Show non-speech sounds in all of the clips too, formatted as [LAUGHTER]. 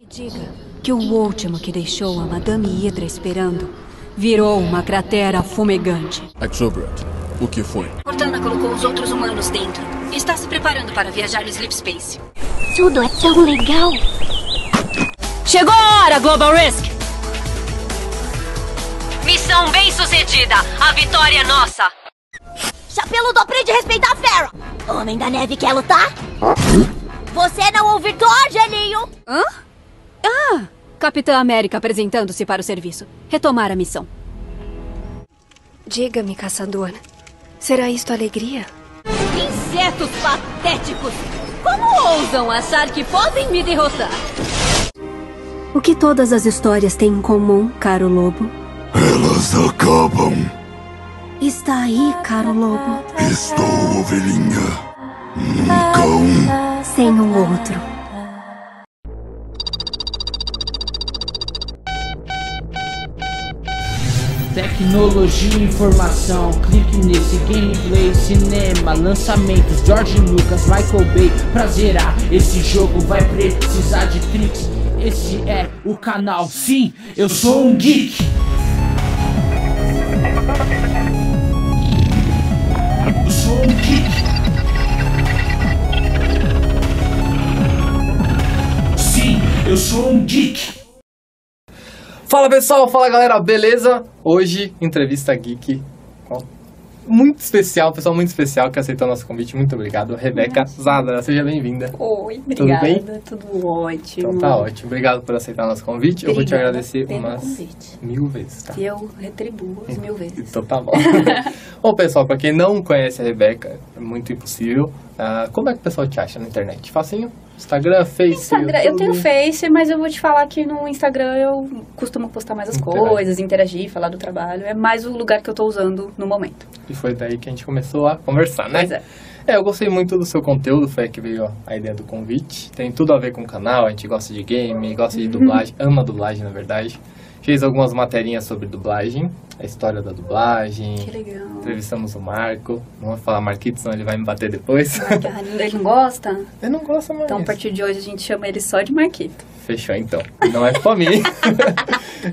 E diga que o último que deixou a Madame Hydra esperando virou uma cratera fumegante. Exuberant, o que foi? Cortana colocou os outros humanos dentro. Está se preparando para viajar no Sleep Space. Tudo é tão legal. Chegou a hora, Global Risk! Missão bem sucedida. A vitória é nossa. Chapelo do aprende a respeitar a Fera. Homem da Neve quer lutar? Você não ouvirtou, Angelinho? Hã? Ah! Capitã América apresentando-se para o serviço. Retomar a missão. Diga-me, caçador, será isto alegria? Insetos patéticos! Como ousam achar que podem me derrotar? O que todas as histórias têm em comum, caro lobo? Elas acabam. Está aí, caro lobo, Estou ovelhinha. Um cão. sem o outro. Tecnologia e informação, clique nesse gameplay, cinema, lançamentos, George Lucas, Michael Bay, pra zerar esse jogo vai precisar de tricks. Esse é o canal, sim, eu sou um geek. Eu sou um geek. Sim, eu sou um geek. Fala pessoal, fala galera, beleza? Hoje, entrevista geek ó, muito especial, pessoal muito especial que aceitou nosso convite, muito obrigado. Rebeca Zadra, seja bem-vinda. Oi, Tudo obrigada. bem? Tudo ótimo. Então tá ótimo, obrigado por aceitar nosso convite. Eu vou te Obrigada agradecer pelo umas convite. mil vezes, tá? E eu retribuo as mil vezes. Então tá bom. [LAUGHS] bom pessoal, pra quem não conhece a Rebeca, é muito impossível. ah, como é que o pessoal te acha na internet? Facinho? Instagram, Face, Instagram, eu YouTube? tenho Face, mas eu vou te falar que no Instagram eu costumo postar mais as Interagir. coisas, interagir, falar do trabalho. É mais o lugar que eu tô usando no momento. E foi daí que a gente começou a conversar, né? Pois é. É, eu gostei muito do seu conteúdo, foi aí que veio ó, a ideia do convite. Tem tudo a ver com o canal, a gente gosta de game, gosta de Uhum. dublagem, ama dublagem, na verdade. Fez algumas materinhas sobre dublagem, a história da Que dublagem. legal. Entrevistamos o Marco. Não vou falar Marquitos, senão ele vai me bater [LAUGHS] depois. Ah, Ele não gosta? Eu não gosto mais. Então a partir de hoje a gente chama ele só de Marquito. Fechou então. Não é pra [LAUGHS] mim.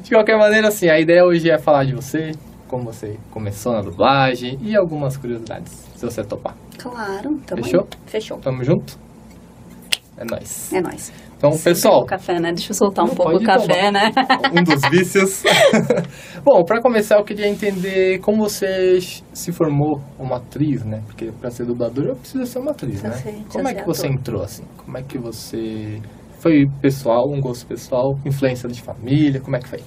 de qualquer maneira, assim, a ideia hoje é falar de você, como você começou na dublagem e algumas curiosidades, se você topar. Claro, tamo aí. Fechou? Fechou. Tamo junto? É nóis. É nóis. Então, Sempre pessoal, com [LAUGHS] café, né? Deixa eu soltar um Não pouco pode o café, tomar. né? um dos vícios. [LAUGHS] Bom, pra começar, eu queria entender como você se formou uma atriz, né? Porque pra ser dubladora eu preciso ser uma atriz, né? Precisa ser- precisa como é ser que você ator. entrou assim? Como é que você foi pessoal, um gosto pessoal, influência de família, como é que foi?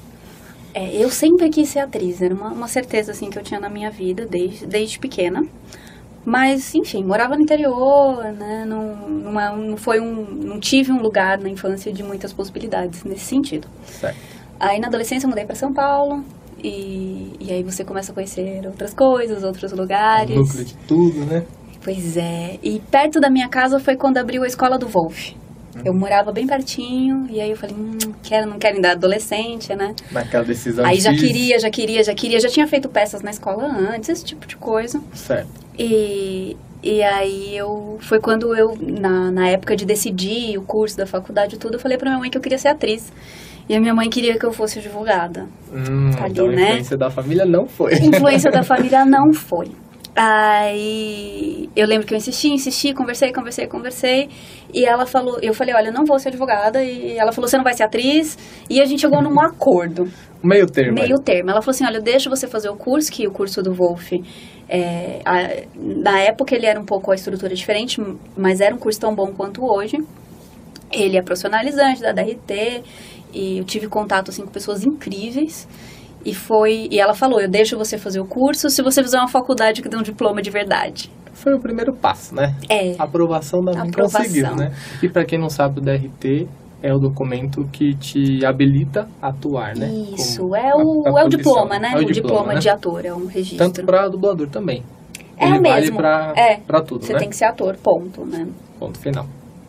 É, eu sempre quis ser atriz, era uma, uma certeza assim que eu tinha na minha vida desde, desde pequena. Mas, enfim, morava no interior, né? Não, não, é um- não foi um, não tive um lugar na infância de muitas possibilidades nesse sentido. Certo. Aí na adolescência eu mudei para São Paulo e, e aí você começa a conhecer outras coisas, outros lugares. Núcleo de tudo, né? Pois é. E perto da minha casa foi quando abriu a escola do Wolf. Eu Uhum. morava bem pertinho e aí eu falei, hum, quero, não quero ainda adolescente, né? Naquela decisão Aí já X, queria, já queria, já queria. Já tinha feito peças na escola antes, esse tipo de coisa. Certo. E, e aí eu. Foi quando eu, na, na época de decidir o curso da faculdade e tudo, eu falei pra minha mãe que eu queria ser atriz. E a minha mãe queria que eu fosse advogada. Hum, Tá ali, então a né? influência da família não foi. [LAUGHS] Influência da família não foi. Aí eu lembro que eu insisti, insisti, conversei, conversei, conversei. E ela falou, eu falei, olha, eu não vou ser advogada. E ela falou, você não vai ser atriz. E a gente chegou num acordo. Meio termo. aí. meio termo. Ela falou assim, olha, eu deixo você fazer o curso, que o curso do Wolf, é, a- na época ele era um pouco a estrutura diferente, m- mas era um curso tão bom quanto hoje. Ele é profissionalizante da DRT, e eu tive contato assim, com pessoas incríveis. E foi, e ela falou, eu deixo você fazer o curso se você fizer uma faculdade que dê um diploma de verdade. Foi o primeiro passo, né? É, Aprovação da mãe Aprovação. conseguiu, né? E pra quem não sabe, o DRT é o documento que te habilita a atuar, né? isso, Como é a- o, a é profissão. o diploma, né? É o diploma, né? de ator, é um registro. Tanto pra dublador também. É Ele o vale mesmo, pra, é. pra tudo, Você né? tem que ser ator, ponto, né? Ponto final.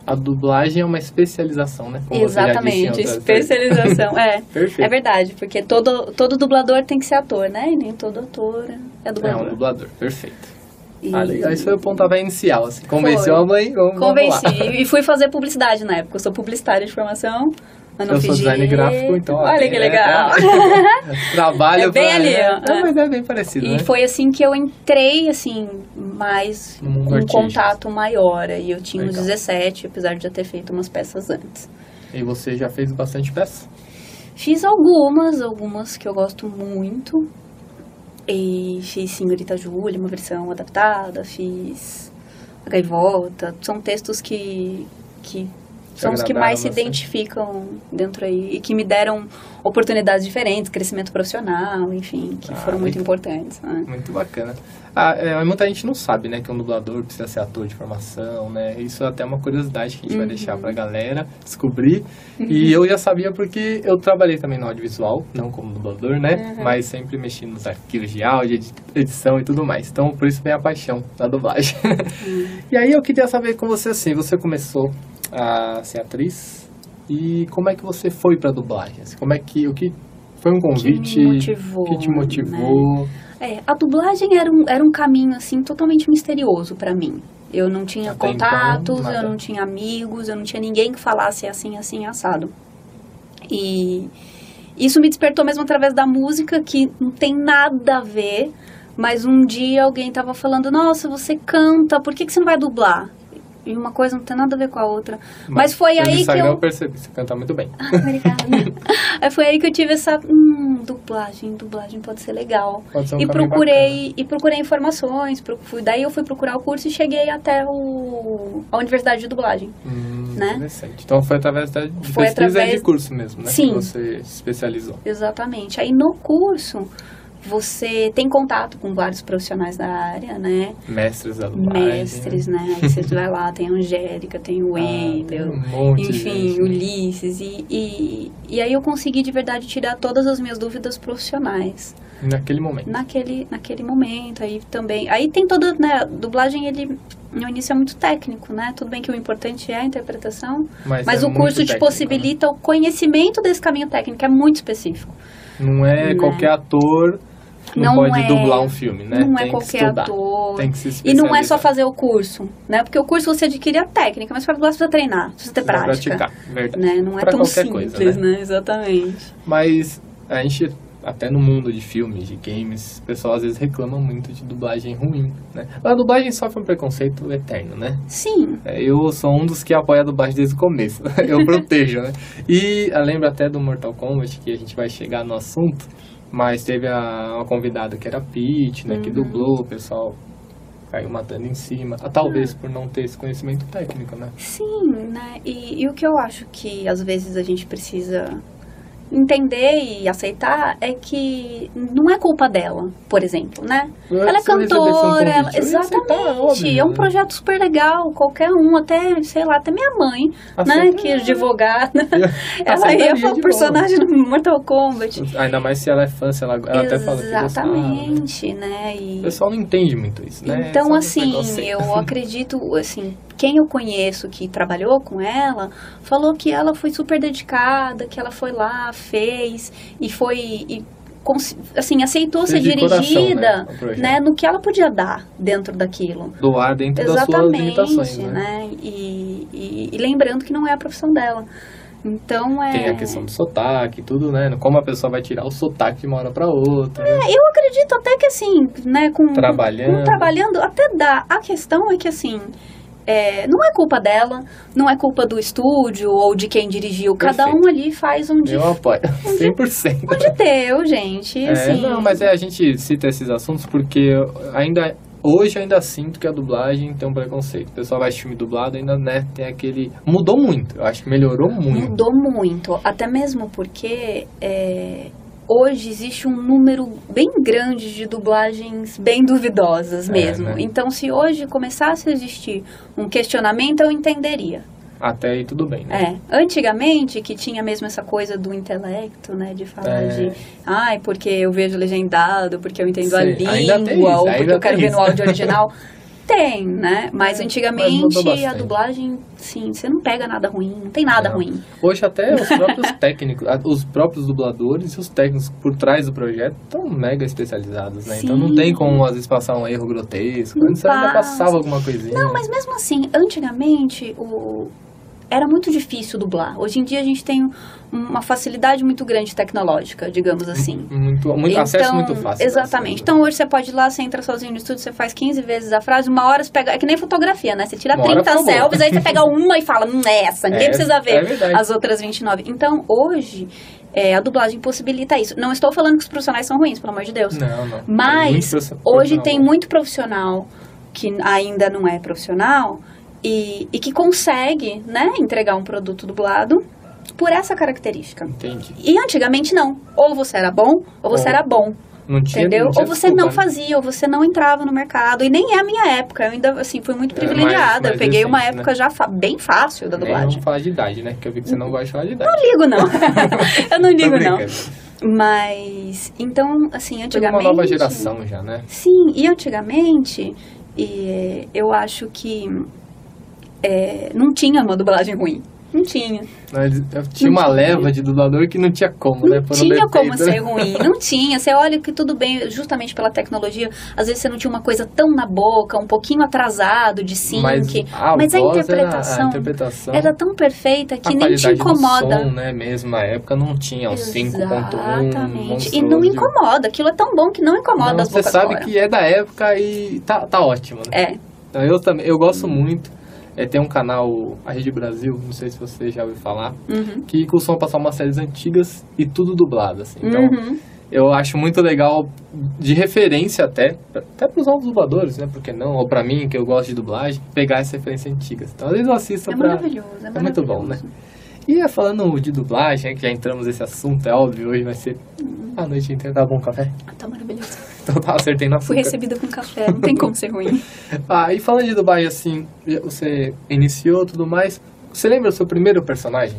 A dublagem é uma especialização, né? Como você já disse em Exatamente, outras- especialização, é. Perfeito. É verdade, porque todo, todo dublador tem que ser ator, né? E nem todo ator é É um dublador. dublador, perfeito. E- Ah, legal. Isso foi o pontapé inicial, assim. Convenceu Foi. a mãe, vamos, vamos lá. Convenci. e fui fazer publicidade na época. Eu sou publicitária de formação, Eu não Eu fiz sou design direito. gráfico, então. ó, Olha é, que [LAUGHS] legal. tra- Trabalho. É bem pra- ali, ó. É, mas é bem parecido. [LAUGHS] E né? foi assim que eu entrei, assim, mais No mundo com um artístico. contato maior. E eu tinha uns Legal. 17, apesar de já ter feito umas peças antes. E você já fez bastante peça? Fiz algumas, algumas que eu gosto muito. E fiz Senhorita Júlia, uma versão adaptada, fiz A Gaivota. São textos que, que são os que agradaram mais se bastante. identificam dentro aí e que me deram oportunidades diferentes, crescimento profissional, enfim, que Ah, foram muito legal. importantes. né? Muito bacana. Ah, é, mas muita gente não sabe, né, que um dublador precisa ser ator de formação, né? Isso é até uma curiosidade que a gente vai deixar pra galera descobrir. E eu já sabia porque eu trabalhei também no audiovisual, não como dublador, né? Mas sempre mexi nos arquivos de áudio, edi- edição e tudo mais. Então, por isso vem a paixão da dublagem. [LAUGHS] E aí eu queria saber com você, assim, você começou a ser atriz e como é que você foi pra dublagem? Assim, Como é que, o que... Foi um convite motivou, que te né? motivou É, a dublagem era um, era um caminho, assim, totalmente misterioso pra mim. Eu não tinha Até então, contatos, nada. eu não tinha amigos, eu não tinha ninguém que falasse assim, assim, assado. E isso me despertou mesmo através da música, que não tem nada a ver, mas um dia alguém tava falando, nossa, você canta, por que, que você não vai dublar? E uma coisa não tem nada a ver com a outra. Mas foi pelo aí que Instagram [LAUGHS] eu- percebi, você canta muito bem. Ah, [LAUGHS] obrigada. aí foi aí que eu tive essa, hum, dublagem, dublagem pode ser legal Pode ser um e caminho procurei e procurei informações pro- fui- daí eu fui procurar o curso e cheguei até o, a universidade de dublagem bacana. Hum, né? Interessante. Então foi através da de Foi pesquisa e através- de curso mesmo, né? Sim. Que você se especializou. exatamente aí no curso você tem contato com vários profissionais da área né Mestres da dublagem. mestres né aí você vai lá tem a Angélica tem o Ah, tem Wendel um monte de enfim gente, né? Ulisses e, e e aí eu consegui de verdade tirar todas as minhas dúvidas profissionais Naquele momento. naquele, naquele momento aí também. Aí tem toda, né, dublagem ele no início é muito técnico, né? Tudo bem que o importante é a interpretação, Mas, mas é o muito curso te técnico, possibilita o conhecimento desse caminho técnico, é muito específico. né? Não é Né? qualquer ator que não, Não pode é- dublar um filme, né? não Tem é que qualquer estudar. ator. Tem que se E não é só especializar. fazer o curso, né? Porque o curso você adquire a técnica, mas para dublar você precisa treinar, precisa ter Precisa prática. Praticar, verdade. Né? Não é Pra tão qualquer simples, coisa, né? Exatamente. Mas a gente, até no mundo de filmes, de games, o pessoal às vezes reclama muito de dublagem ruim, né? A dublagem sofre um preconceito eterno, né? Sim, É, Eu sou um dos que apoia a dublagem desde o começo. [LAUGHS] Eu protejo, né? E eu lembro até do Mortal Kombat, que a gente vai chegar no assunto, mas teve a, uma convidada que era a Peach, né? Uhum. Que dublou, o pessoal caiu matando em cima. Ah, Talvez Uhum. por não ter esse conhecimento técnico, né? Sim, né? E, e o que eu acho que às vezes a gente precisa entender e aceitar é que não é culpa dela, por exemplo, né? Ela é Se eu recebesse um cantora, ela... convite, eu ia exatamente. aceitar, óbvio, é um né? projeto super legal, qualquer um, até, sei lá, até minha mãe, né, Aceitaria. que é advogada, [LAUGHS] ela Aceitaria ia de pra boa. personagem no Mortal Kombat. Ainda mais se ela é fã, se ela, ela até fala que gostava, né? Exatamente, né? O E- pessoal não entende muito isso, né? então, Só um assim, preconceito. eu acredito, assim, quem eu conheço que trabalhou com ela, falou que ela foi super dedicada, que ela foi lá, fez e foi, e, cons- assim, aceitou Fez ser de coração, dirigida, né, o projeto. né, no que ela podia dar dentro daquilo. Doar dentro Exatamente, das suas limitações, né? né? E, e- e lembrando que não é a profissão dela. Então, é... Tem a questão do sotaque e tudo, né? Como a pessoa vai tirar o sotaque de uma hora pra outra. né? É, Eu acredito até que assim, né, com Trabalhando. com trabalhando até dá. A questão é que assim, é, não é culpa dela, não é culpa do estúdio ou de quem dirigiu. Cada Perfeito. um ali faz um de, Eu apoio. 100%. um de teu, gente. É, assim. não, mas é, a gente cita esses assuntos porque eu ainda. Hoje eu ainda sinto que a dublagem tem um preconceito. O pessoal vai assistir filme dublado, ainda, né? Tem aquele. Mudou muito. Eu acho que melhorou Uhum. muito. Mudou muito, até mesmo porque é, hoje existe um número bem grande de dublagens bem duvidosas É, mesmo. né? Então, se hoje começasse a existir um questionamento, eu entenderia. Até aí tudo bem, né? É, antigamente que tinha mesmo essa coisa do intelecto, né, de falar É. de, ai, porque eu vejo legendado, porque eu entendo a Sim, língua, ainda tem isso, ou porque ainda eu quero tem ver no isso. [LAUGHS] áudio original. Tem, né? Mas mas antigamente mudou a bastante. dublagem, sim, você não pega nada ruim, não tem nada Não. ruim. Hoje até os [LAUGHS] próprios técnicos, a- os próprios dubladores e os técnicos por trás do projeto estão mega especializados, né? Então não Sim. tem como às vezes passar um erro grotesco. Não Antes ainda passa. passava alguma coisinha. Não, mas mesmo assim, antigamente o era muito difícil dublar. Hoje em dia a gente tem uma facilidade muito grande tecnológica, digamos assim. Muito, muito acesso muito fácil. Então, né? Exatamente. Então hoje você pode ir lá, você entra sozinho no estúdio, você faz 15 vezes a frase, uma hora você pega. É que nem fotografia, né? Você tira Uma hora 30 acabou. selfies, aí você pega uma e fala, hum, é essa, ninguém É, precisa é ver verdade. as outras 29. Então hoje é, a dublagem possibilita isso. Não estou falando que os profissionais são ruins, pelo amor de Deus. Não, não. Tem muito Mas profe- hoje profissional. tem muito profissional que ainda não é profissional e, e que consegue né, entregar um produto dublado por essa característica. Entendi. E antigamente não. Ou você era bom, ou você Ou- era bom, Não tinha, entendeu? não tinha ou você desculpa, não né? fazia, ou você não entrava no mercado. E nem é a minha época. Eu ainda, assim, fui muito É, mais- privilegiada. mais eu peguei uma recente, época já fa- bem fácil da Nem dublagem. vamos falar de idade, né? Porque eu vi que você não gosta de falar de idade. Não [LAUGHS] ligo, não. eu não Tô ligo, não. brincando. Mas, então, assim, Tem antigamente... uma nova geração já, né? Sim, e antigamente e, eu acho que é, não tinha uma dublagem ruim. Não tinha. Não, eles- eu Tinha uma leva de dublador que não tinha como, né? Não Por um tinha como defeito, né? ser ruim, não tinha. Você olha que tudo bem, justamente pela tecnologia. Às vezes você não tinha uma coisa tão na boca, um pouquinho atrasado de sync. Mas a, mas a voz era- interpretação a interpretação Era tão perfeita que a nem te qualidade do incomoda. Som, né? Um Mesmo na época não tinha os 5.1. Exatamente. E monstruoso não um, de- incomoda. Aquilo é tão bom que não incomoda Não, as Você bocas sabe fora. que é da época e tá, tá ótimo, né? É. Então, Eu também, eu gosto Hum. muito. É, tem um canal, a Rede Brasil, não sei se você já ouviu falar, Uhum. que costuma passar umas séries antigas e tudo dublado, assim. Então, Uhum. eu acho muito legal, de referência até, até pros novos dubladores, né? Porque não, ou pra mim, que eu gosto de dublagem, pegar essa referência antiga. Então, às vezes eu assisto É pra... maravilhoso. É, É muito bom, né? maravilhoso. E é, falando de dublagem, é que já entramos nesse assunto, é óbvio, hoje vai ser a noite inteira. Tá bom, café? Ah, Tá maravilhoso. Então tá, acertei na Fui recebida com café, não tem como ser ruim. Ah, e falando de dublagem, assim, você iniciou tudo mais, você lembra o seu primeiro personagem?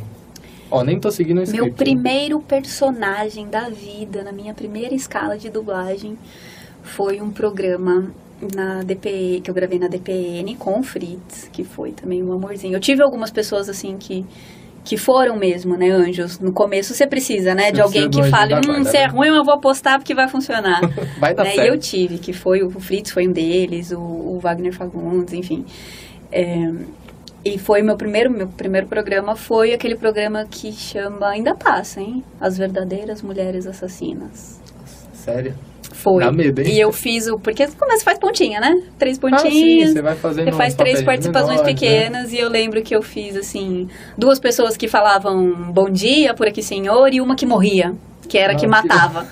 Ó, nem tô seguindo o script. Meu primeiro personagem da vida, na minha primeira escala de dublagem, foi um programa na DPE, que eu gravei na DPN com o Fritz, que foi também um amorzinho. Eu tive algumas pessoas assim que que foram mesmo, né, anjos? No começo você precisa, né, Você de alguém precisa que do anjo fale, da hum, guarda, você é né?" ruim, mas eu vou apostar porque vai funcionar. Vai dar né? E tá certo. eu tive, que foi o Fritz foi um deles, o, o Wagner Fagundes, enfim. É, e foi meu primeiro, meu primeiro programa foi aquele programa que chama ainda passa, hein? As verdadeiras mulheres assassinas. Sério? Foi. Dá medo, hein? E eu fiz o porque começa faz pontinha, né? Três Ah, sim, pontinhos. você vai fazendo Você faz uns três papéis participações menores, é né? pequenas e eu lembro que eu fiz, assim, duas pessoas que falavam bom dia, por aqui senhor, e uma que morria, que era a que Ah, [LAUGHS] matava.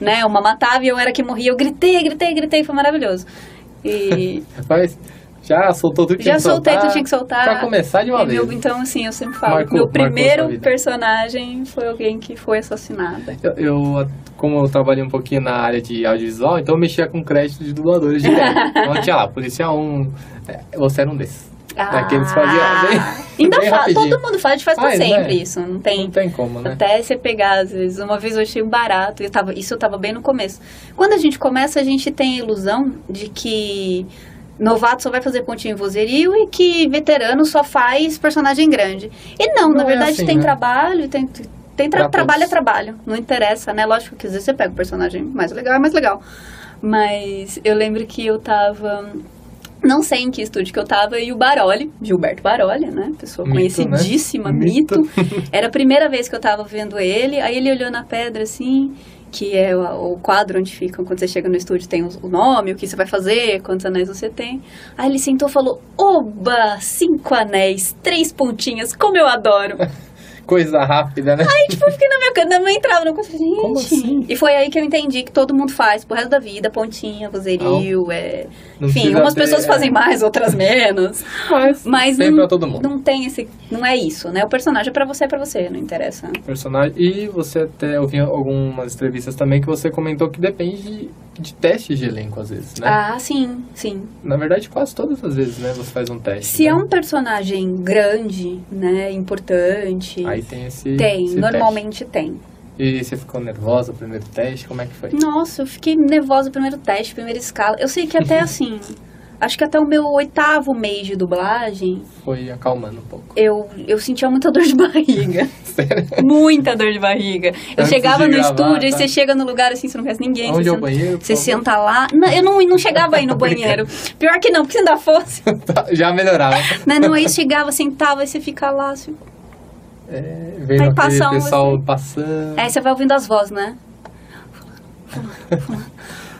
né? Uma matava e eu era a que morria. Eu gritei, gritei, gritei, foi maravilhoso. [LAUGHS] E Mas já soltou tudo que já tinha que soltei soltar, tudo que tinha que soltar. Pra começar de uma E meu- vez. então, assim, eu sempre falo Marcou- que meu marcou sua primeiro vida. personagem foi alguém que foi assassinada. Eu, eu, como eu trabalhei um pouquinho na área de audiovisual, então eu mexia com crédito de dubladores de tela. [LAUGHS] Então tinha lá, policial 1, é, você era um desses. Daqueles fazia bem- [LAUGHS] Ainda né? bem faz, rapidinho. Ah, então todo mundo faz, faz pra Faz, né? sempre isso, não tem. Não tem como, né? Até você pegar, às vezes. Uma vez eu achei um barato, eu tava, isso eu tava bem no começo. Quando a gente começa, a gente tem a ilusão de que novato só vai fazer pontinho em vozerio e que veterano só faz personagem grande. E não, na Não é verdade assim, tem né? trabalho, tem. Tem tra- Pra trabalho é todos. trabalho, não interessa, né? Lógico que às vezes você pega o personagem mais legal, é mais legal. Mas eu lembro que eu tava. Não sei em que estúdio que eu tava, e o Baroli, Gilberto Baroli, né? Pessoa Mito, conhecidíssima, né? mito. Mito. [LAUGHS] Era a primeira vez que eu tava vendo ele, aí ele olhou na pedra assim, que é o, o quadro onde ficam, quando você chega no estúdio tem os- o nome, o que você vai fazer, quantos anéis você tem. Aí ele sentou e falou: Oba, cinco anéis, três pontinhas, como [LAUGHS] eu adoro! Coisa rápida, né? Aí, tipo, eu fiquei na minha cama, não entrava, não conseguia. Gente. Como assim? E foi aí que eu entendi que todo mundo faz pro resto da vida, pontinha, vozerio, é. [LAUGHS] Não Enfim, precisa umas ter- é, pessoas fazem mais, outras menos. Mas, [LAUGHS] Mas tem não, pra todo mundo. não tem esse. Não é isso, né? O personagem é pra você, é pra você, não interessa. Né? Personagem. E você até eu vi algumas entrevistas também que você comentou que depende de, de testes de elenco, às vezes, né? Ah, sim, sim. Na verdade, quase todas as vezes, né? Você faz um teste. Se né? é um personagem grande, né? Importante. Aí tem esse. tem, esse normalmente tem. teste. E você ficou nervosa no primeiro teste? Como é que foi? [LAUGHS] Nossa, eu fiquei nervosa no primeiro teste, primeira escala. Eu sei que até assim, acho que até o meu oitavo mês de dublagem, Foi acalmando um pouco. eu, eu sentia muita dor de barriga. Sério. muita dor de barriga. Eu Antes chegava de no gravar, estúdio, aí tá? você chega no lugar assim, você não conhece ninguém. Onde é você o senta- banheiro, por Você favor? senta lá. Não, eu não, não chegava [LAUGHS] aí no banheiro. Pior que não, porque se ainda fosse. Tá, [LAUGHS] Já melhorava. Né? Não, aí chegava, sentava, aí você fica lá. Assim. É, vendo Aí aquele passa um, pessoal passando. É, Aí você vai ouvindo as vozes, né? Fulano, fulano, fulano.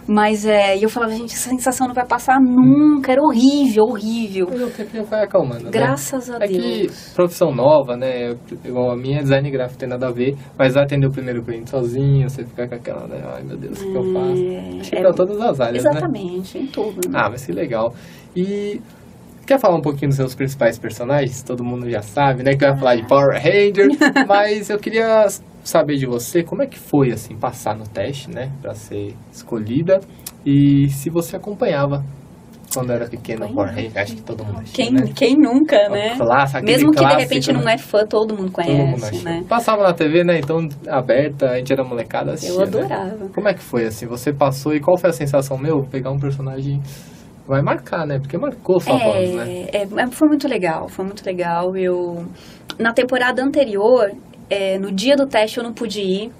Mas é, e eu falava, gente, essa sensação não vai passar nunca, era horrível, horrível. Mas o tempinho vai acalmando. né? Graças a É que Deus. profissão nova, né? Igual a minha, design gráfico tem nada a ver, mas vai atender o primeiro cliente sozinho, você fica com aquela, né? Ai meu Deus, o que eu faço? Acho que é- pra todas as áreas, né? Exatamente, em tudo. né? Ah, mas que legal. E quer falar um pouquinho dos seus principais personagens? Todo mundo já sabe, né? Que vai Ah. falar de Power [LAUGHS] Ranger, mas eu queria saber de você como é que foi, assim, passar no teste, né? Pra ser escolhida e se você acompanhava quando era pequena o Power Ranger. Acho que todo mundo achou, Quem, né? quem nunca, né? Clássico, aquele Mesmo que de clássico, repente não né? é fã, todo mundo Todo mundo conhece, achou. né? Passava na TV, né? Então, aberta, a gente era molecada, assistia, Eu né? adorava. Como é que foi, assim? Você passou e qual foi a sensação? Meu, pegar um personagem vai marcar, né? Porque marcou sua voz, né? é, mas foi muito legal, foi muito legal. Eu na temporada anterior, é, no dia do teste eu não pude ir,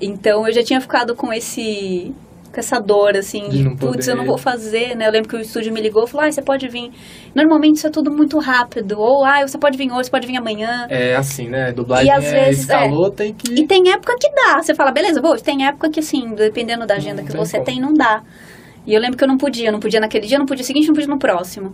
então eu já tinha ficado com esse com essa dor assim, De não putz, eu não poder." vou fazer, né? Eu lembro que o estúdio me ligou, e falou: "Ah, você pode vir". Normalmente isso é tudo muito rápido, ou ah, você pode vir hoje, você pode vir amanhã. É assim, né? Dublagem E às é, vezes, escalou, tem que... E tem época que dá. Você fala, beleza, vou. Tem época que, assim, dependendo da agenda Não que tem você como. tem, não dá. E eu lembro que eu não podia. Eu não podia naquele dia, não podia no seguinte, não podia no próximo.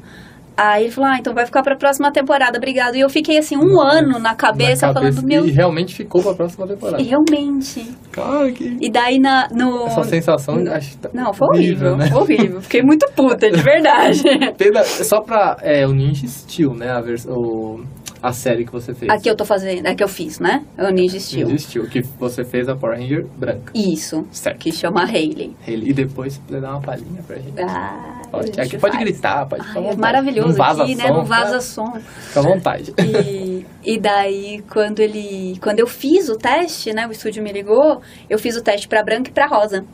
Aí ele falou, ah, então vai ficar pra próxima temporada, obrigado. E eu fiquei, assim, um Nossa, ano na cabeça, na falando, meu... E realmente ficou pra próxima temporada. E realmente. Cara, que... E daí, na, no... Essa sensação, acho que tá Não, foi horrível, né? foi horrível. Fiquei muito [LAUGHS] puta, de verdade. Pena- Só pra... É, o Ninja Steel, né? A, vers... o... a série que você fez. a que eu tô fazendo, a que eu fiz, né? Eu nem existiu. Ninja Steel, que você fez a Power Ranger branca. Isso, Certo. que chama Hayley. Ele, e depois você dá uma palhinha pra gente. Ah, a Pode, gente aqui pode faz. gritar, pode ficar à Ai, é vontade. maravilhoso Não vaza aqui, som, né? tá? Não vaza som. Fica à vontade. E, e daí, quando ele. Quando eu fiz o teste, né? O estúdio me ligou, eu fiz o teste pra branca e pra rosa.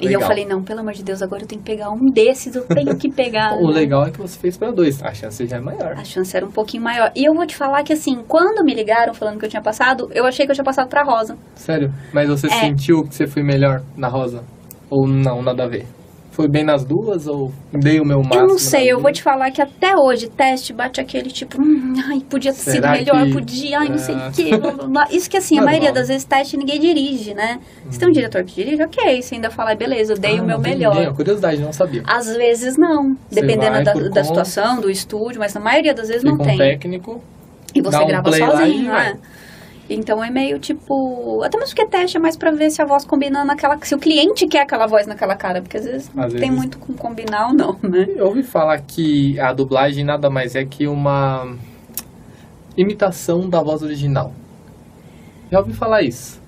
E eu Legal. falei, não, pelo amor de Deus, agora eu tenho que pegar um desses, eu tenho [LAUGHS] que pegar. O né? legal é que você fez pra dois, a chance já é maior. A chance era um pouquinho maior. E eu vou te falar que assim, quando me ligaram falando que eu tinha passado, eu achei que eu tinha passado pra rosa. Sério? Mas você É. sentiu que você foi melhor na rosa? Ou não, nada a ver? Foi bem nas duas ou dei o meu máximo? eu não sei, nas eu vou duas? te falar que até hoje teste bate aquele tipo, hum, ai, podia ter sido Será melhor, que- podia, ai, não sei Ah. o quê. blá, blá, blá. Isso que assim, a Normal, maioria né? das vezes teste ninguém dirige, né? Se tem um diretor que dirige, ok, você ainda fala, beleza, eu dei Uhum. Ah, o meu não tem melhor. Ah, ninguém, curiosidade, não sabia. Às vezes não, Você dependendo vai da, por da conta. situação, do estúdio, mas na maioria das vezes não Fica um tem. técnico. E você Dá um grava play lá e sozinho, vai. né? Então é meio tipo. Até mesmo que teste é mais pra ver se a voz combina naquela. Se o cliente quer aquela voz naquela cara, porque às vezes não Às tem vezes. muito com combinar ou não, né? Eu ouvi falar que a dublagem nada mais é que uma imitação da voz original. Já ouvi falar isso.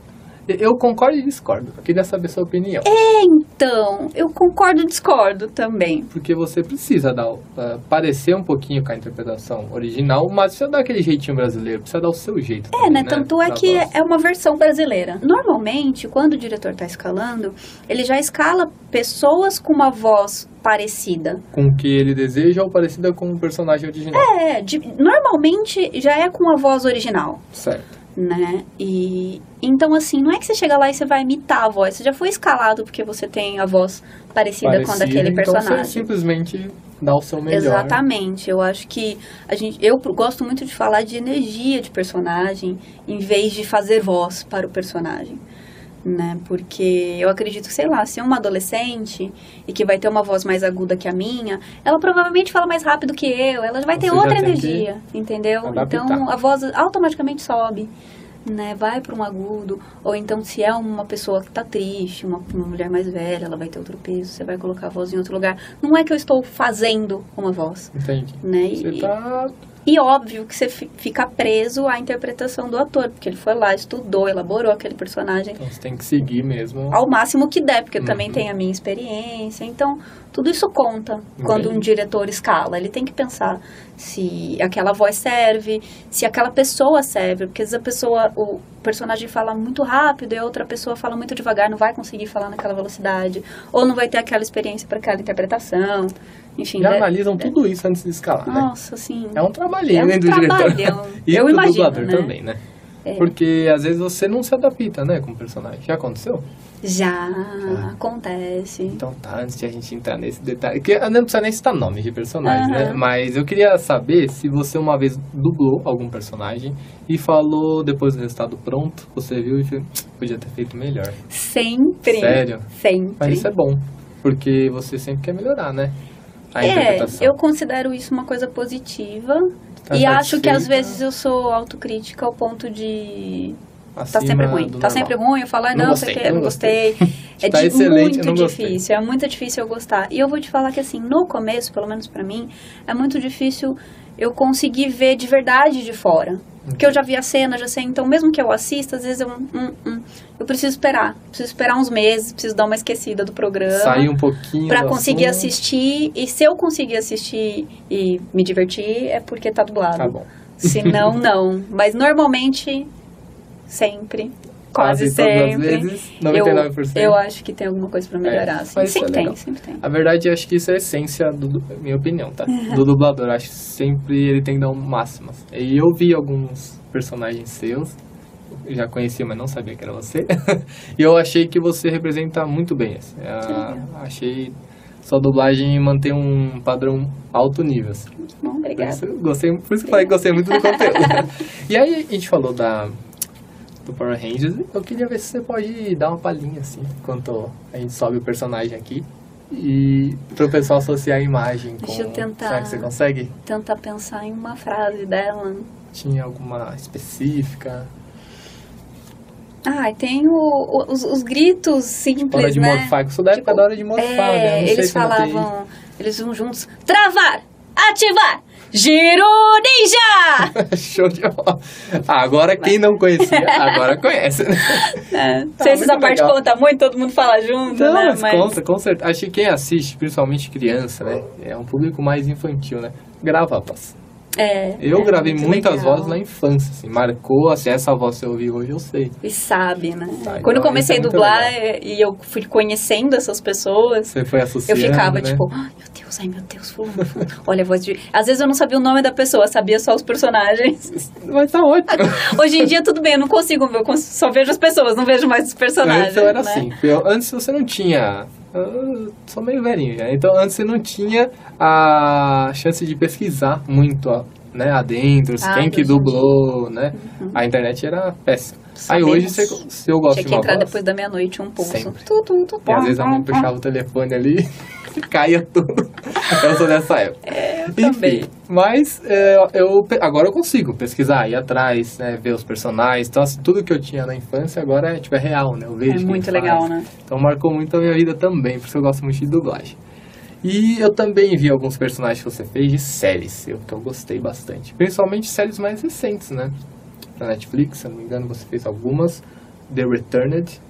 E- Eu concordo e discordo. Queria saber sua opinião. Então, eu concordo e discordo também. Porque você precisa dar, o- ah, parecer um pouquinho com a interpretação original, mas precisa dar aquele jeitinho brasileiro, precisa dar o seu jeito. É, também, né? Tanto é Da que voz. é uma versão brasileira. Normalmente, quando o diretor tá escalando, ele já escala pessoas com uma voz parecida. Com o que ele deseja ou parecida com o personagem original. É, de- normalmente já é com a voz original, Certo. né? E então assim, não é que você chega lá e você vai imitar a voz, você já foi escalado porque você tem a voz parecida, com a daquele então personagem. Você simplesmente dá o seu melhor. Exatamente. Eu acho que a gente, eu gosto muito de falar de energia de personagem em vez de fazer voz para o personagem. Né? Porque eu acredito que, sei lá, se é uma adolescente e que vai ter uma voz mais aguda que a minha, ela provavelmente fala mais rápido que eu, ela vai ter Você já outra tem energia, entendeu? adaptar. Então a voz automaticamente sobe, né? Vai para um agudo. Ou então, se é uma pessoa que tá triste, uma, uma mulher mais velha, ela vai ter outro peso, você vai colocar a voz em outro lugar. Não é que eu estou fazendo uma voz, Entendi. né? E, Você tá e óbvio que você fi- fica preso à interpretação do ator, porque ele foi lá, estudou, elaborou aquele personagem Então você tem que seguir mesmo. ao máximo que der, porque eu Uhum. também tenho a minha experiência. Então, Tudo isso conta quando Entendi. um diretor escala. Ele tem que pensar se aquela voz serve, se aquela pessoa serve. Porque às vezes a pessoa, o personagem fala muito rápido e a outra pessoa fala muito devagar, não vai conseguir falar naquela velocidade. Ou não vai ter aquela experiência para aquela interpretação. Enfim, Já né? analisam tudo isso antes de escalar, né? Nossa, sim. É um trabalhinho, É um né, do trabalhão. diretor. [LAUGHS] e Eu do imagino, dublador né? também, né? Porque às vezes você não se adapta, né, com o personagem. Já aconteceu? Já acontece. Então tá, antes de a gente entrar nesse detalhe, que eu não precisa nem citar nome de personagem, né? Aham. Mas eu queria saber se você uma vez dublou algum personagem e falou depois do resultado pronto, você viu e viu, podia ter feito melhor. Sempre. Sério? Sempre. Mas isso é bom, porque você sempre quer melhorar, né? A É, interpretação. eu considero isso uma coisa positiva. Tá e acho que às satisfeita? vezes eu sou autocrítica ao ponto de. Tá Acima sempre ruim. do Tá normal. sempre ruim, eu falo, ah, Não não, gostei, sei o quê, não não gostei. [LAUGHS] É Tá di- excelente, eu muito não gostei. difícil, é muito difícil eu gostar. E eu vou te falar que assim, no começo, pelo menos pra mim, é muito difícil eu conseguir ver de verdade de fora. Porque eu já vi a cena, já sei, então mesmo que eu assista, às vezes eu. Hum, hum, eu preciso esperar. Preciso esperar uns meses, preciso dar uma esquecida do programa. Sair um pouquinho Pra do conseguir assunto. assistir, e se eu conseguir assistir e me divertir, é porque tá dublado. Tá bom. [LAUGHS] Se não, não. Mas normalmente, sempre, quase, todas sempre. as vezes, 99%. Eu, eu acho que tem alguma coisa pra melhorar. É, assim. mas isso Sempre é tem, legal. sempre tem. Na verdade, eu acho que isso é a essência, do, du- minha opinião, tá? Do dublador. Eu Acho que sempre ele tem que dar um máximo. E eu vi alguns personagens seus, eu já conhecia, mas não sabia que era você. [LAUGHS] e eu achei que você representa muito bem. Assim. Ah, achei sua dublagem manter um padrão alto nível. Assim. Bom, Por obrigada. isso, eu gostei, por isso que eu falei que gostei muito [LAUGHS] do conteúdo. e aí, a gente falou da, do Power Rangers. Eu queria ver se você pode dar uma palhinha, assim, enquanto a gente sobe o personagem aqui. E pro pessoal associar a imagem com... Deixa eu tentar. Será que você consegue? Tentar pensar em uma frase dela. Tinha alguma específica? [LAUGHS] Ah, e tem o- o- os, os gritos Tipo, Hora simples, de né? morfar. Que isso daí Tipo, é da hora de morfar, é, né? Eu Não sei eles se não tem- falavam, eles vão juntos, travar, ativar, giro ninja! Show de bola. Ah, agora quem não [LAUGHS] conhecia, agora conhece, né? É, não sei se muito essa parte legal. conta muito, todo mundo fala junto, Não, né? mas, conta, com certeza. Acho que quem assiste, principalmente criança, né? É um público mais infantil, né? Grava, passa. É, Eu é gravei muito muitas legal. vozes na infância, assim, marcou, assim, essa voz que eu ouvi hoje, eu sei. E sabe, né? Sabe, Quando eu isso é comecei a muito dublar é, e eu fui conhecendo essas pessoas, Você foi associando, eu ficava né? tipo, "Ah, meu Deus, ai meu Deus, fulano, fulano. Olha a voz de... Às vezes eu não sabia o nome da pessoa, sabia só os [LAUGHS] personagens. Mas tá ótimo. Hoje em dia tudo bem, eu não consigo ver, eu cons- só vejo as pessoas, não vejo mais os personagens, Antes eu era né? assim. Eu- antes você não tinha. Eu sou meio velhinho já. Então antes você não tinha a chance de pesquisar muito, ó, né? Adentro, Ah, quem que hoje em dublou, né? A internet era péssima. Sabemos. Aí hoje, você, se eu gosto Tinha de que uma entrar voz, depois da meia-noite um pulso. Sempre. Tu, tu, tu, E às vezes a mãe tu. puxava o telefone ali [LAUGHS] e caía tudo. [LAUGHS] Eu sou dessa época. É, eu também. Mas é, eu, pe- agora eu consigo pesquisar, ir atrás, né, ver os personagens. Então, assim, tudo que eu tinha na infância agora é, tipo, é real, né? Eu vejo. É quem muito faz. legal, né? Então marcou muito a minha vida também, por isso eu gosto muito de dublagem. E eu também vi alguns personagens que você fez de séries, eu, que eu gostei bastante. Principalmente séries mais recentes, né? Na Netflix, se eu não me engano, você fez algumas. The Returned,